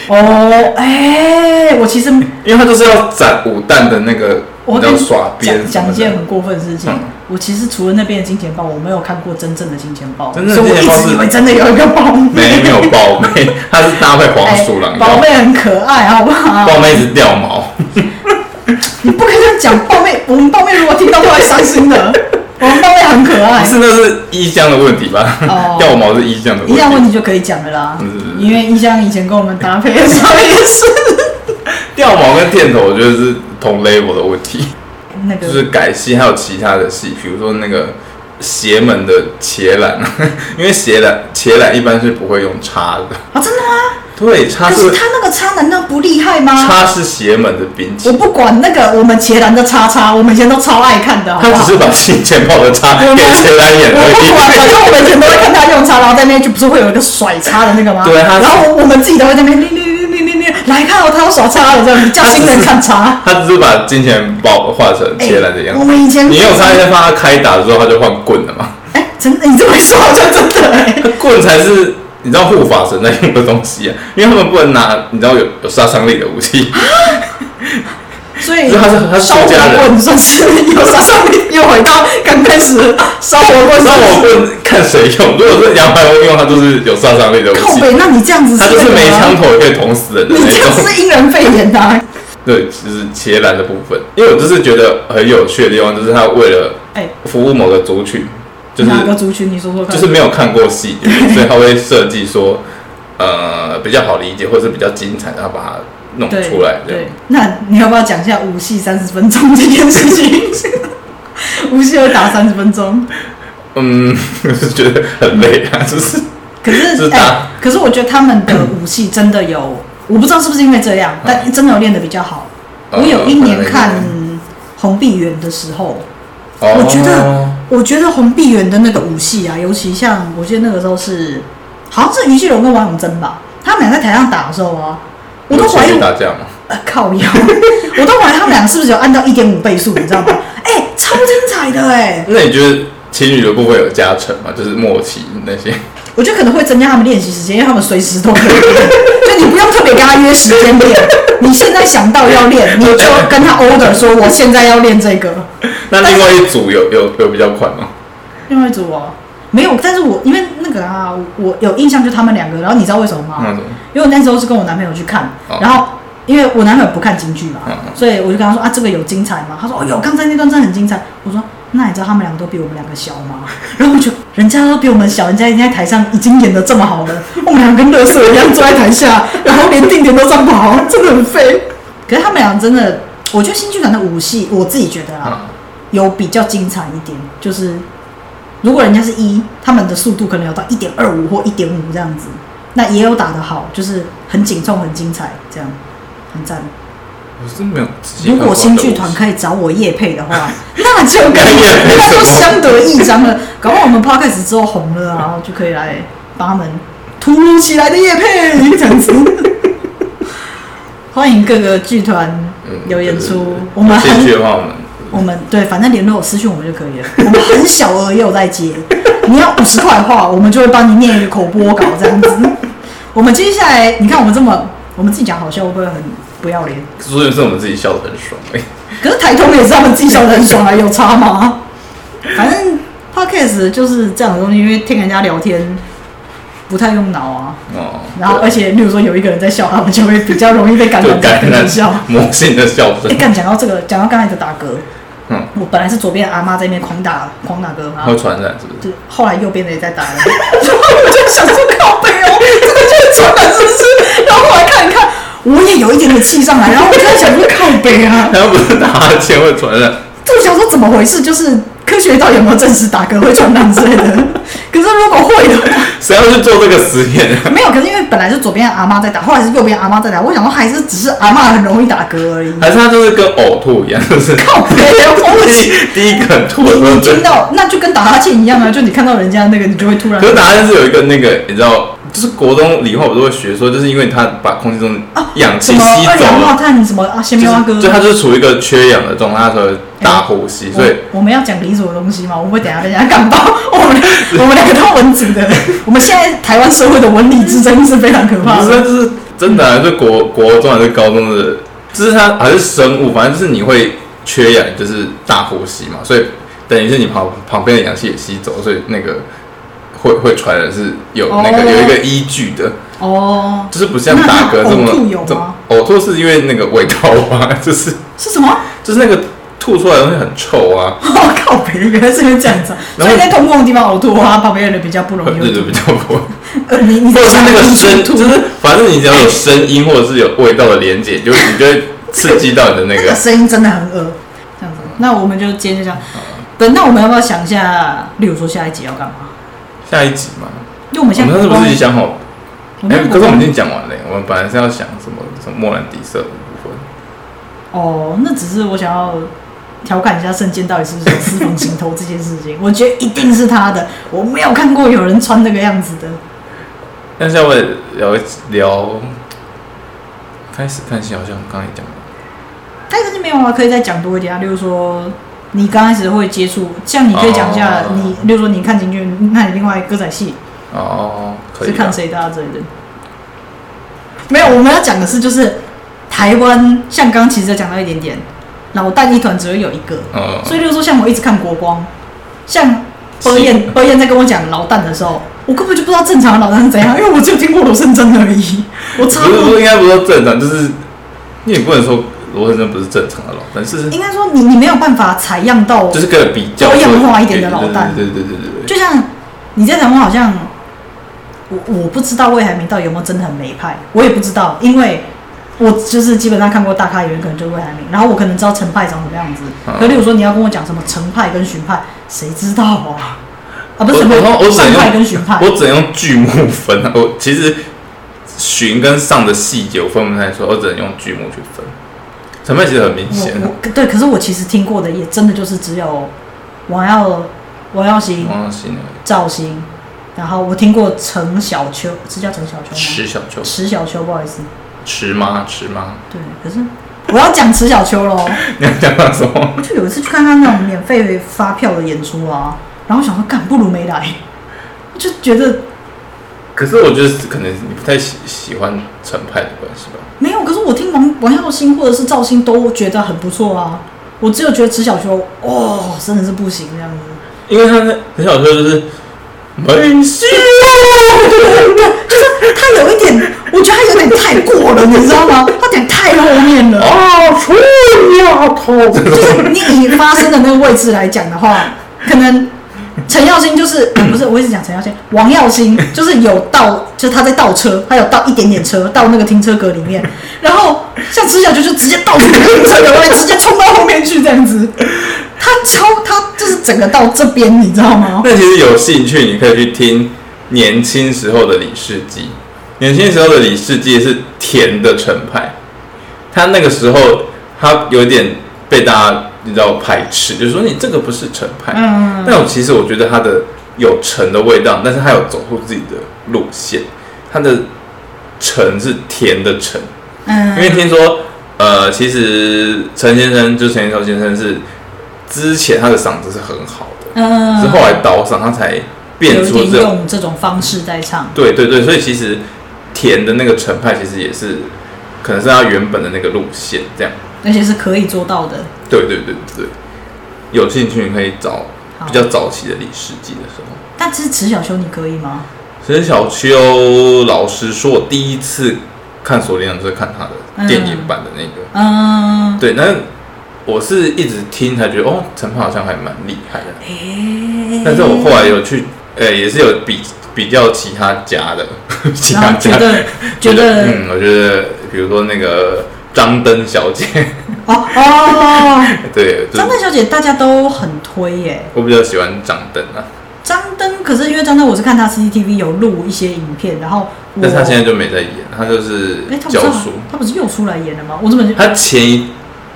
哦，哎、我其实
因为他就是要斩五弹的那个，
我
你
跟
知道
你
耍
讲
鞭什
讲
么
一件
的。
很过分的事情。
嗯
我其实除了那边的金钱豹，我没有看过真正的金钱豹，
真正的
所以我
金
一
钱豹
直
是
以为真的有一个豹妹，
没没有豹妹，他是搭配黄鼠 狼，
哎
你知道
豹
吗
妹很可爱，好不好？
豹妹一直掉毛，
你不可以这样讲豹妹，我们豹妹如果听到都会伤心的。我们豹妹很可爱
不， 是那是衣箱的问题吧
哎哦？
掉毛是衣箱的
一箱问
题，
题就可以讲了啦，
嗯
因为一箱以前跟我们搭配的时候也 是
掉毛跟电头我觉得是同 level 的问题。
那个，
就是改戏，还有其他的戏，比如说那个邪门的茄兰， 因为茄兰茄兰一般是不会用叉的，
啊，真的吗？
对，叉
可是
是
他那个叉难道不厉害吗？
叉是邪门的兵器
我，不管那个我们茄兰的叉叉，我们以前都超爱看的，好不
他
好？
只是把金钱豹的叉给茄兰演而
我不管，反
已。
正我们以前都会看他用叉，然后在那边就不是会有一个甩叉的那个吗？
对他是
然后我我们自己都会在那边练练练练练练，来看哦，他要耍叉了，这样叫新人看叉。 哎
他只是把金钱豹画成茄兰的样
我
子。
们以前
你用叉先放他开打的时候，他就换棍了嘛？
哎，真的，你这么一说好像真的哎。
他棍才是你知道护法神在用的东西啊，因为他们不能拿你知道有有杀伤力的武器。
所以
就是他是他是
烧
出
火
家人
棍算是有杀伤力，又回到刚开始烧火棍。
那我棍看谁用，如果是杨白翁用，它就是有杀伤力的武
靠
器，
北，那你这样子
它就是
那个
没
吗
枪头也可以捅死人 的
你
那
这样子
种。
是因人肺炎的啊。
对，就是茄兰的部分，因为我就是觉得很有趣的地方，就是他为了
哎，
服务某个族群，就是
哪个族群？你说说看。
就是没有看过戏，所以他会设计说，呃，比较好理解或者是比较精彩，然后把它弄
对
出来。
对，那你要不要讲一下五戏三十分钟这件事情？五戏要打三十分 钟，
嗯，就是觉得很累啊，就是
可是
是
哎、
打
可是我觉得他们的武戏真的有，我不知道是不是因为这样，但真的有练得比较好。
呃
我有一年
可
看
能
红碧园的时候，
哦
我觉得我觉得红碧园的那个武戏啊，尤其像我记得那个时候是好像是于继龙跟王永贞吧，他们俩在台上打的时候啊，我都
有
怀
戏
疑
剧
我
打架嘛，
啊靠腰， 我都怀疑他们俩是不是有按到一点五倍速，你知道吗？ 哎、超精彩的哎、
那你觉得情侣的部分有加成吗？就是默契那 些？
我觉得可能会增加他们练习时间，因为他们随时都可以练， 就你不用特别跟他约时间练，你现在想到要练，你就跟他 order 说我现在要练这个。
那另外一组有有有比较快吗？
另外一组哦，没有，但是我因为那个啊，我有印象就他们两个，然后你知道为什么吗？
那种
因为我那时候是跟我男朋友去看，
嗯哦
然后因为我男朋友不看京剧嘛，
嗯嗯
所以我就跟他说啊，这个有精彩吗？他说哦有，刚才那段真的很精彩。我说那你知道他们两个都比我们两个小吗？ 然后我就人家都比我们小，人家已经在台上已经演的这么好了，我们两个跟乐色一样坐在台下，然后连定点都上不好，真的很废。
嗯
可是他们俩真的，我觉得新剧团的武戏，我自己觉得啊，
啊，
有比较精彩一点，就是如果人家是一，他们的速度可能有到一点二五或一点五这样子，那也有打得好，就是很紧凑、很精彩，这样很赞。
我是没有仔细
如
看过这个。
果新剧团可以找我叶配的话， 那就可
那业配
以，
什么
那就相得益彰了。搞不好我们 podcast 之后红了啊，然后就可以来帮他们突如其来的叶配这样子。欢迎各个剧团
嗯
有演
就是
出，我们
有
很
兴趣的话，我们
我们对，反正联络我私讯我们就可以了。我们很小额也有在接， 你要五十块的话，我们就会帮你念一个口播稿这样子。我们接下来，你看我们这么，我们自己讲好笑会不会很不要脸？
所以是我们自己笑得很爽。哎
可是台通也是他们自己笑得很爽啊，有差吗？反正 podcast 就是这样的东西，因为听人家聊天不太用脑啊。
哦，
然后，而且，例如说有一个人在笑，他们就会比较容易被感
就
染，
感
跟
染
着笑。
魔性的笑
哎、
声，
干讲到这个，讲到刚才的打嗝，
嗯，
我本来是左边的阿妈在那边狂打狂打嗝嘛，
会传染是不 是？
就后来右边的也在打了， 然后我就想说靠背哦，这个就是传染是不是？然后后来看一看，我也有一点点气上来，然后我就在想说靠背啊，
他又不是打哈欠会传染，
就想说怎么回事，就是科学到底有没有证实打嗝会传染之类的？ 可是如果会的话。
谁要去做这个实验啊？
没有，可是因为本来是左边的阿妈在打，后来是右边的阿妈在打，我想说还是只是阿妈很容易打嗝而已。
还是他就是跟呕吐一样， 就是
靠背啊，我
第一第一个吐
你
的时候
你
就
听到那就跟打哈欠一样啊，就你看到人家那个，你就会突然
可是答案是有一个那个，你知道就是国中理化我都会学说，就是因为他把空气中
啊
氧
什
气
么
吸
二
走
氧化
了，
碳什么啊，嗯先
就
没
是
有哥，
就他就是处于一个缺氧的状态，他才会大呼吸，所以
我我们要讲理组的东西嘛，我们会等一下被人家干爆。 我们我们两个都文组的，我们现在台湾社会的文理之争是非常可怕
不是，
的。
这是真的、啊，就国国中还是高中的，就是它还是生物，反正就是你会缺氧，就是大呼吸嘛，所以等于是你旁旁边的氧气也吸走，所以那个会会传染是有那个、
哦
有一个依据的，
哦，
就是不像打嗝
那
这么
呕吐有吗
这么呕吐是因为那个味道啊， 就是
是什么？
就是那个吐出来的东西很臭啊，
我靠北，原来是因为这样子啊、所
然后
以在通风的地方呕吐啊，旁边的人比较不容易
对
呕
对
吐。
比较不会，
呃，你你
或者是那个声，
吐
就是反正你只要有声音或者是有味道的连接，就你就会刺激到你的那
那
个嗯
个。声音真的很恶，这样子。那我们就接着讲，不，那我们要不要想一下，例如说下一集要干嘛？
下一集嘛，
因为我们
我
现在
们上次不是已经想好？
我
哎、
们
可是我们已经讲完了耶，我们本来是要想什么什么莫兰迪色的部分。
哦，那只是我想要调侃一下圣剑到底是不是有私房行头这件事情，我觉得一定是他的，我没有看过有人穿那个样子的。
但是要不要聊一聊？开始看戏好像刚刚也讲了，
但是没有啊，可以再讲多一点啊，例如说你刚开始会接触，像你可以讲一下
哦
你，例如说你看京剧，那你另外歌仔戏
哦，可以
是
啊。
看谁的啊之类的。没有，我们要讲的是就是台湾，像刚刚其实有讲到一点点，老大一团只会有一个，
嗯，
所以就是说，像我一直看国光，像波燕波燕在跟我讲老旦的时候，我根本就不知道正常的老旦是怎样，因为我只有听过罗胜珍而已，我超
不是说应该不是说正常，就是你也不能说罗先生不是正常的老，但是
应该说你你没有办法采样到，
就是跟人比较
多样化一点的老旦
对对对对对对对。
就像你在台湾好像，我我不知道魏海明到底有没有真的很梅派，我也不知道，因为。我就是基本上看过大咖演员，可能就是魏海明，然后我可能知道陈派长什么样子。
嗯
可例如说你要跟我讲什么程派跟荀派，谁知道啊？啊，不是
我
什么
我我只
上
能
派
用
跟荀派，
我只能用剧目分啊。我其实寻跟上的细节我分不太出来，我只能用剧目去分。成分其实很明显啊
我，我对，可是我其实听过的也真的就是只有王耀王耀新、
王心凌、
赵鑫，然后我听过陈小秋，是叫陈小秋吗？
池小秋、
池小秋，不好意思，
池妈、池妈，
对，可是我要讲池小秋喽。
你要讲到什么？
我就有一次去看他那种免费发票的演出啊，然后想说干不如没来，我就觉得
可是我觉得可能你不太喜喜欢陈派的关系吧。
没有，可是我听王王耀新或者是赵鑫都觉得很不错啊，我只有觉得池小秋哦真的是不行这样子。
因为他那陈小秋就是没事，
就是他有一点，我觉得他有点太过了，你知道吗？他有点太后面了。
啊，臭丫头，
就是你以发声的那个位置来讲的话，可能陈耀兴就是、啊不是我一直讲陈耀兴，王耀兴就是有倒，就是他在倒车，他有倒一点点车到那个停车格里面，然后像池小九就直接倒出那个停车格外，直接冲到后面去这样子。他超他就是整个到这边，你知道吗？
那其实有兴趣，你可以去听年轻时候的李世基。年轻时候的李世基是甜的陈派，他那个时候他有点被大家你知道排斥，就是说你这个不是陈派。
嗯
但我其实我觉得他的有陈的味道，但是他有走出自己的路线，他的陈是甜的陈，因为
嗯，
听说，呃，其实陈先生就陈建州先生是之前他的嗓子是很好的，
嗯
是后来倒嗓他才变
有一
出
点
这种。
用这种方式在唱。
对对对，所以其实甜的那个成派其实也是，可能是他原本的那个路线这样。
而且是可以做到的。
对对对对对，有兴趣你可以找
好
比较早期的李世基的时候。
但其实池小修你可以吗？
其实小秋老师说，我第一次看《锁麟囊》就是看他的电影版的那个。
嗯，
对，那我是一直听才觉得，哦，陈胖好像还蛮厉害的。
诶
但是我后来有去，呃、也是有比比较其他家的， 其
然
他
后哦觉
家
得觉得
嗯，我觉得比如说那个张灯小姐，
哦哦，
对，就是
张灯小姐大家都很推耶。
我比较喜欢张灯啊，
张灯可是因为张灯我是看他 CCTV 有录一些影片，然后我
但是他现在就没在演，他就是
哎他不是
教书。
他不是又出来演了吗？我怎么
他前一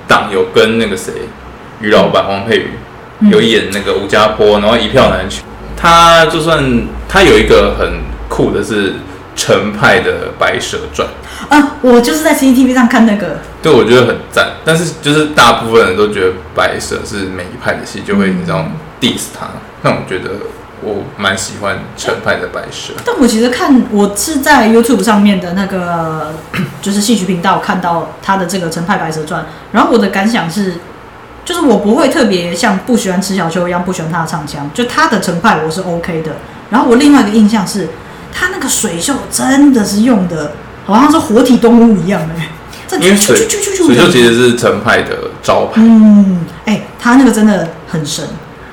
档有跟那个谁，于老板黄佩瑜
嗯
有演那个吴家坡，然后一票难求。他就算他有一个很酷的是，陈派的《白蛇传》，
啊，我就是在 CCTV 上看那个，
对我觉得很赞。但是就是大部分人都觉得白蛇是每一派的戏，就会你知道 diss 他。但我觉得我蛮喜欢陈派的白蛇，
但我其实看我是在 YouTube 上面的那个 就是戏曲频道看到他的这个《陈派白蛇传》，然后我的感想是，就是我不会特别像不喜欢池小秋一样不喜欢他的唱腔，就他的陈派我是 OK 的。然后我另外一个印象是，他那个水袖真的是用的好像是活体动物一样哎、欸，这
因为水
啾啾啾啾啾
水就其实是陈派的招牌。
嗯，哎、他那个真的很神，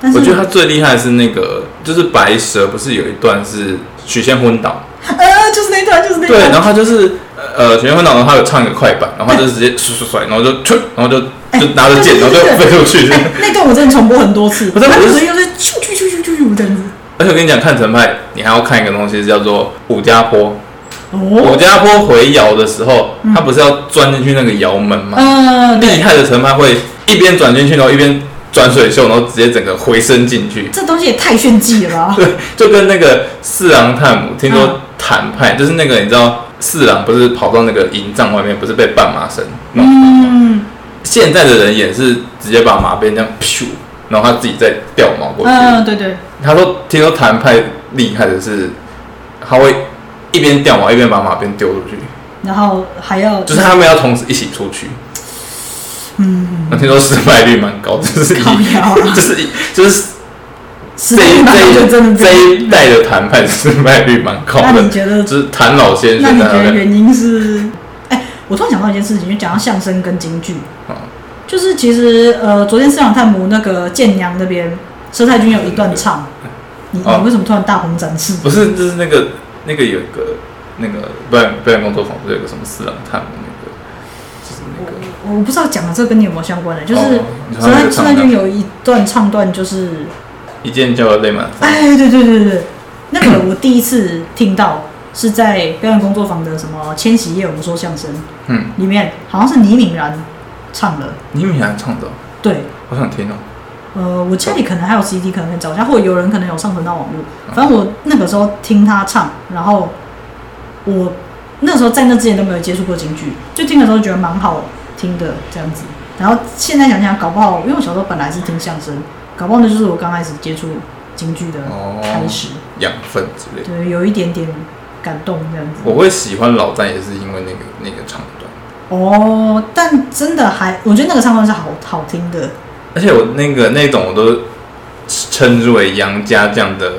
但是
我觉得他最厉害的是那个，就是白蛇不是有一段是许仙昏倒，
呃，就是那一段，就是那一
对，
段，
然后他就是呃许仙昏倒，然后他有唱一个快板，然后他就直接甩甩甩，然后就然后就就拿着剑，然后就飞出 去。
哎那段我真的重播很多次，
不是
他
我
就是是又是咻咻咻咻咻咻这样子。
而且我跟你讲，看陈派，你还要看一个东西，叫做武家坡。武
哦，
家坡回窑的时候，他不是要钻进去那个窑门吗？
嗯，
厉
对，
害的陈派会一边转进去，然后一边转水袖，然后直接整个回身进去。
这东西也太炫技了吧？
对，就跟那个四郎探母，听
嗯
说谭派、就是那个你知道，四郎不是跑到那个营帐外面，不是被绊马绳弄？
嗯
现在的人也是直接把马鞭这样咻，然后他自己再掉毛过去。
嗯，对对，
他说，听说谭派厉害的是，他会一边掉毛一边把马鞭丢出去，
然后还要
就是他们要同时一起出去。嗯，我听说失败率蛮高的，就是
靠
一，
腰啊
就是一就是
实
这
力
一
吧，
这
就真
一
的
这
真的。
一代的谈判失败率蛮高
那
的
你，觉得？
就是谭老先
那
生
你
在
觉
那
得
边，
原因是？哎，我突然想到一件事情，就讲到相声跟京剧，
哦
就是其实呃，昨天市场探母那个建阳那边，佘太君有一段唱，你
哦
你为什么突然大红展翅？
不是就是那个那个有一个那个表演表演工作坊，不是有个什么四郎探母那个，就是那个
我我不知道讲的这跟你有没有相关的，就是
哦你
佘
说那
太
个
佘
唱
太君
的
有一段唱段，就是
一见就要泪满腮，
哎，对对对对对，那个我第一次听到是在表演工作坊的什么《千禧夜我们说相声》
嗯，
里面，好像是倪敏然唱的，
你米兰唱的哦，
对，
好想听哦，
呃，我家里可能还有 CD，可能可以找一下，或者有人可能有上传到网络。
啊
反正我那个时候听他唱，然后我那时候在那之前都没有接触过京剧，就听的时候觉得蛮好听的这样子。然后现在想想，搞不好因为我小时候本来是听相声，搞不好那就是我刚开始接触京剧的
哦
开始，
养分之类的。
对，有一点点感动这样子。
我会喜欢老战也是因为那个那个唱段，
哦，但真的还，我觉得那个唱段是好好听 的。
而且我那个那种我都称之为杨家将的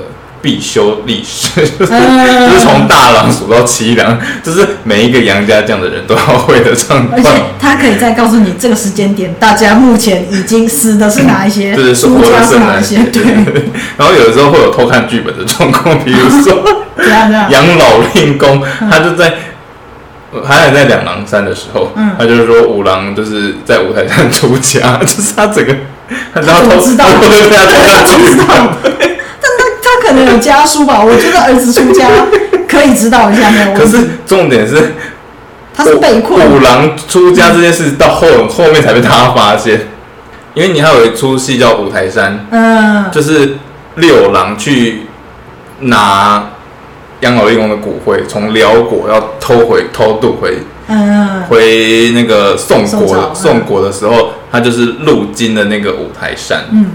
必修历史， 就是
嗯
就是从大郎数到七郎，就是每一个杨家将的人都要会的唱
而
段。
且他可以再告诉你这个时间点，大家目前已经死的是哪一 些，
就是
输
活
家
的
是
剩
哪
哪
一
些
些，？对，
然后有的时候会有偷看剧本的状况，比如 说
这样这样。
养老令公，
嗯
他就在还海在两郎山的时候，
嗯
他就是说五郎就是在舞台上出家， 就是他整个他
他怎么知道
他偷对 他偷 看剧
知道
本。
但他他可能有家书吧？我觉得儿子出家可以知道一下没有
可
问
是
题。
重点是，
他是被困，
五郎出家这件事到后后面才被他发现，因为你还有一出戏叫《五台山
嗯》，，
就是六郎去拿杨老立公的骨灰，从辽国要偷回偷渡回
嗯
回那个宋
宋朝
国
嗯
宋国的时候，他就是路经的那个五台山，
嗯，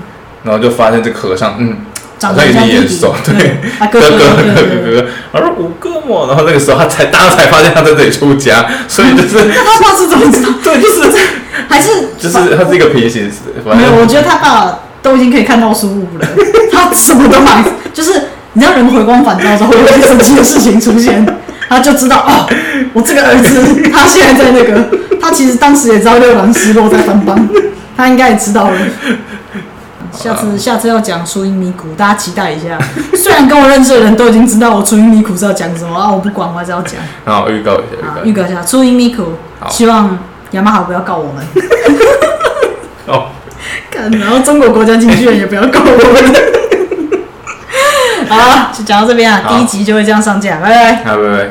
然后就发现这个和尚，嗯，
长
好
得
像有
像弟
点眼
弟
熟，，对。
啊哥
哥
哥哥
哥哥
哥哥
哥哥，然后说五个嘛，然后那个时候他才大家才发现他在这里出家，所以就是
那他爸是怎么知道？
对，就是
还是
就是他是一个平行时，反
没有，
正
我觉得他爸都已经可以看到书屋了， 他什么都买，就是你知道人回光返照之后会有一些神奇的事情出现，他就知道哦，我这个儿子他现在在那个，他其实当时也知道六郎失落在番邦，他应该也知道了。下
啊
次下次要讲初音米谷，大家期待一下。虽然跟我认识的人都已经知道我初音米谷是要讲什么啊，我不管，我还是要讲。
然后预告一
啊
下，，
预
预告
告一下初音米谷，
好
希望雅马哈不要告我们。
哦，
看，然后中国国家经纪人也不要告我 们。好，就讲到这边啊，啊
好
第一集就会这样上架，拜拜。
好，拜拜。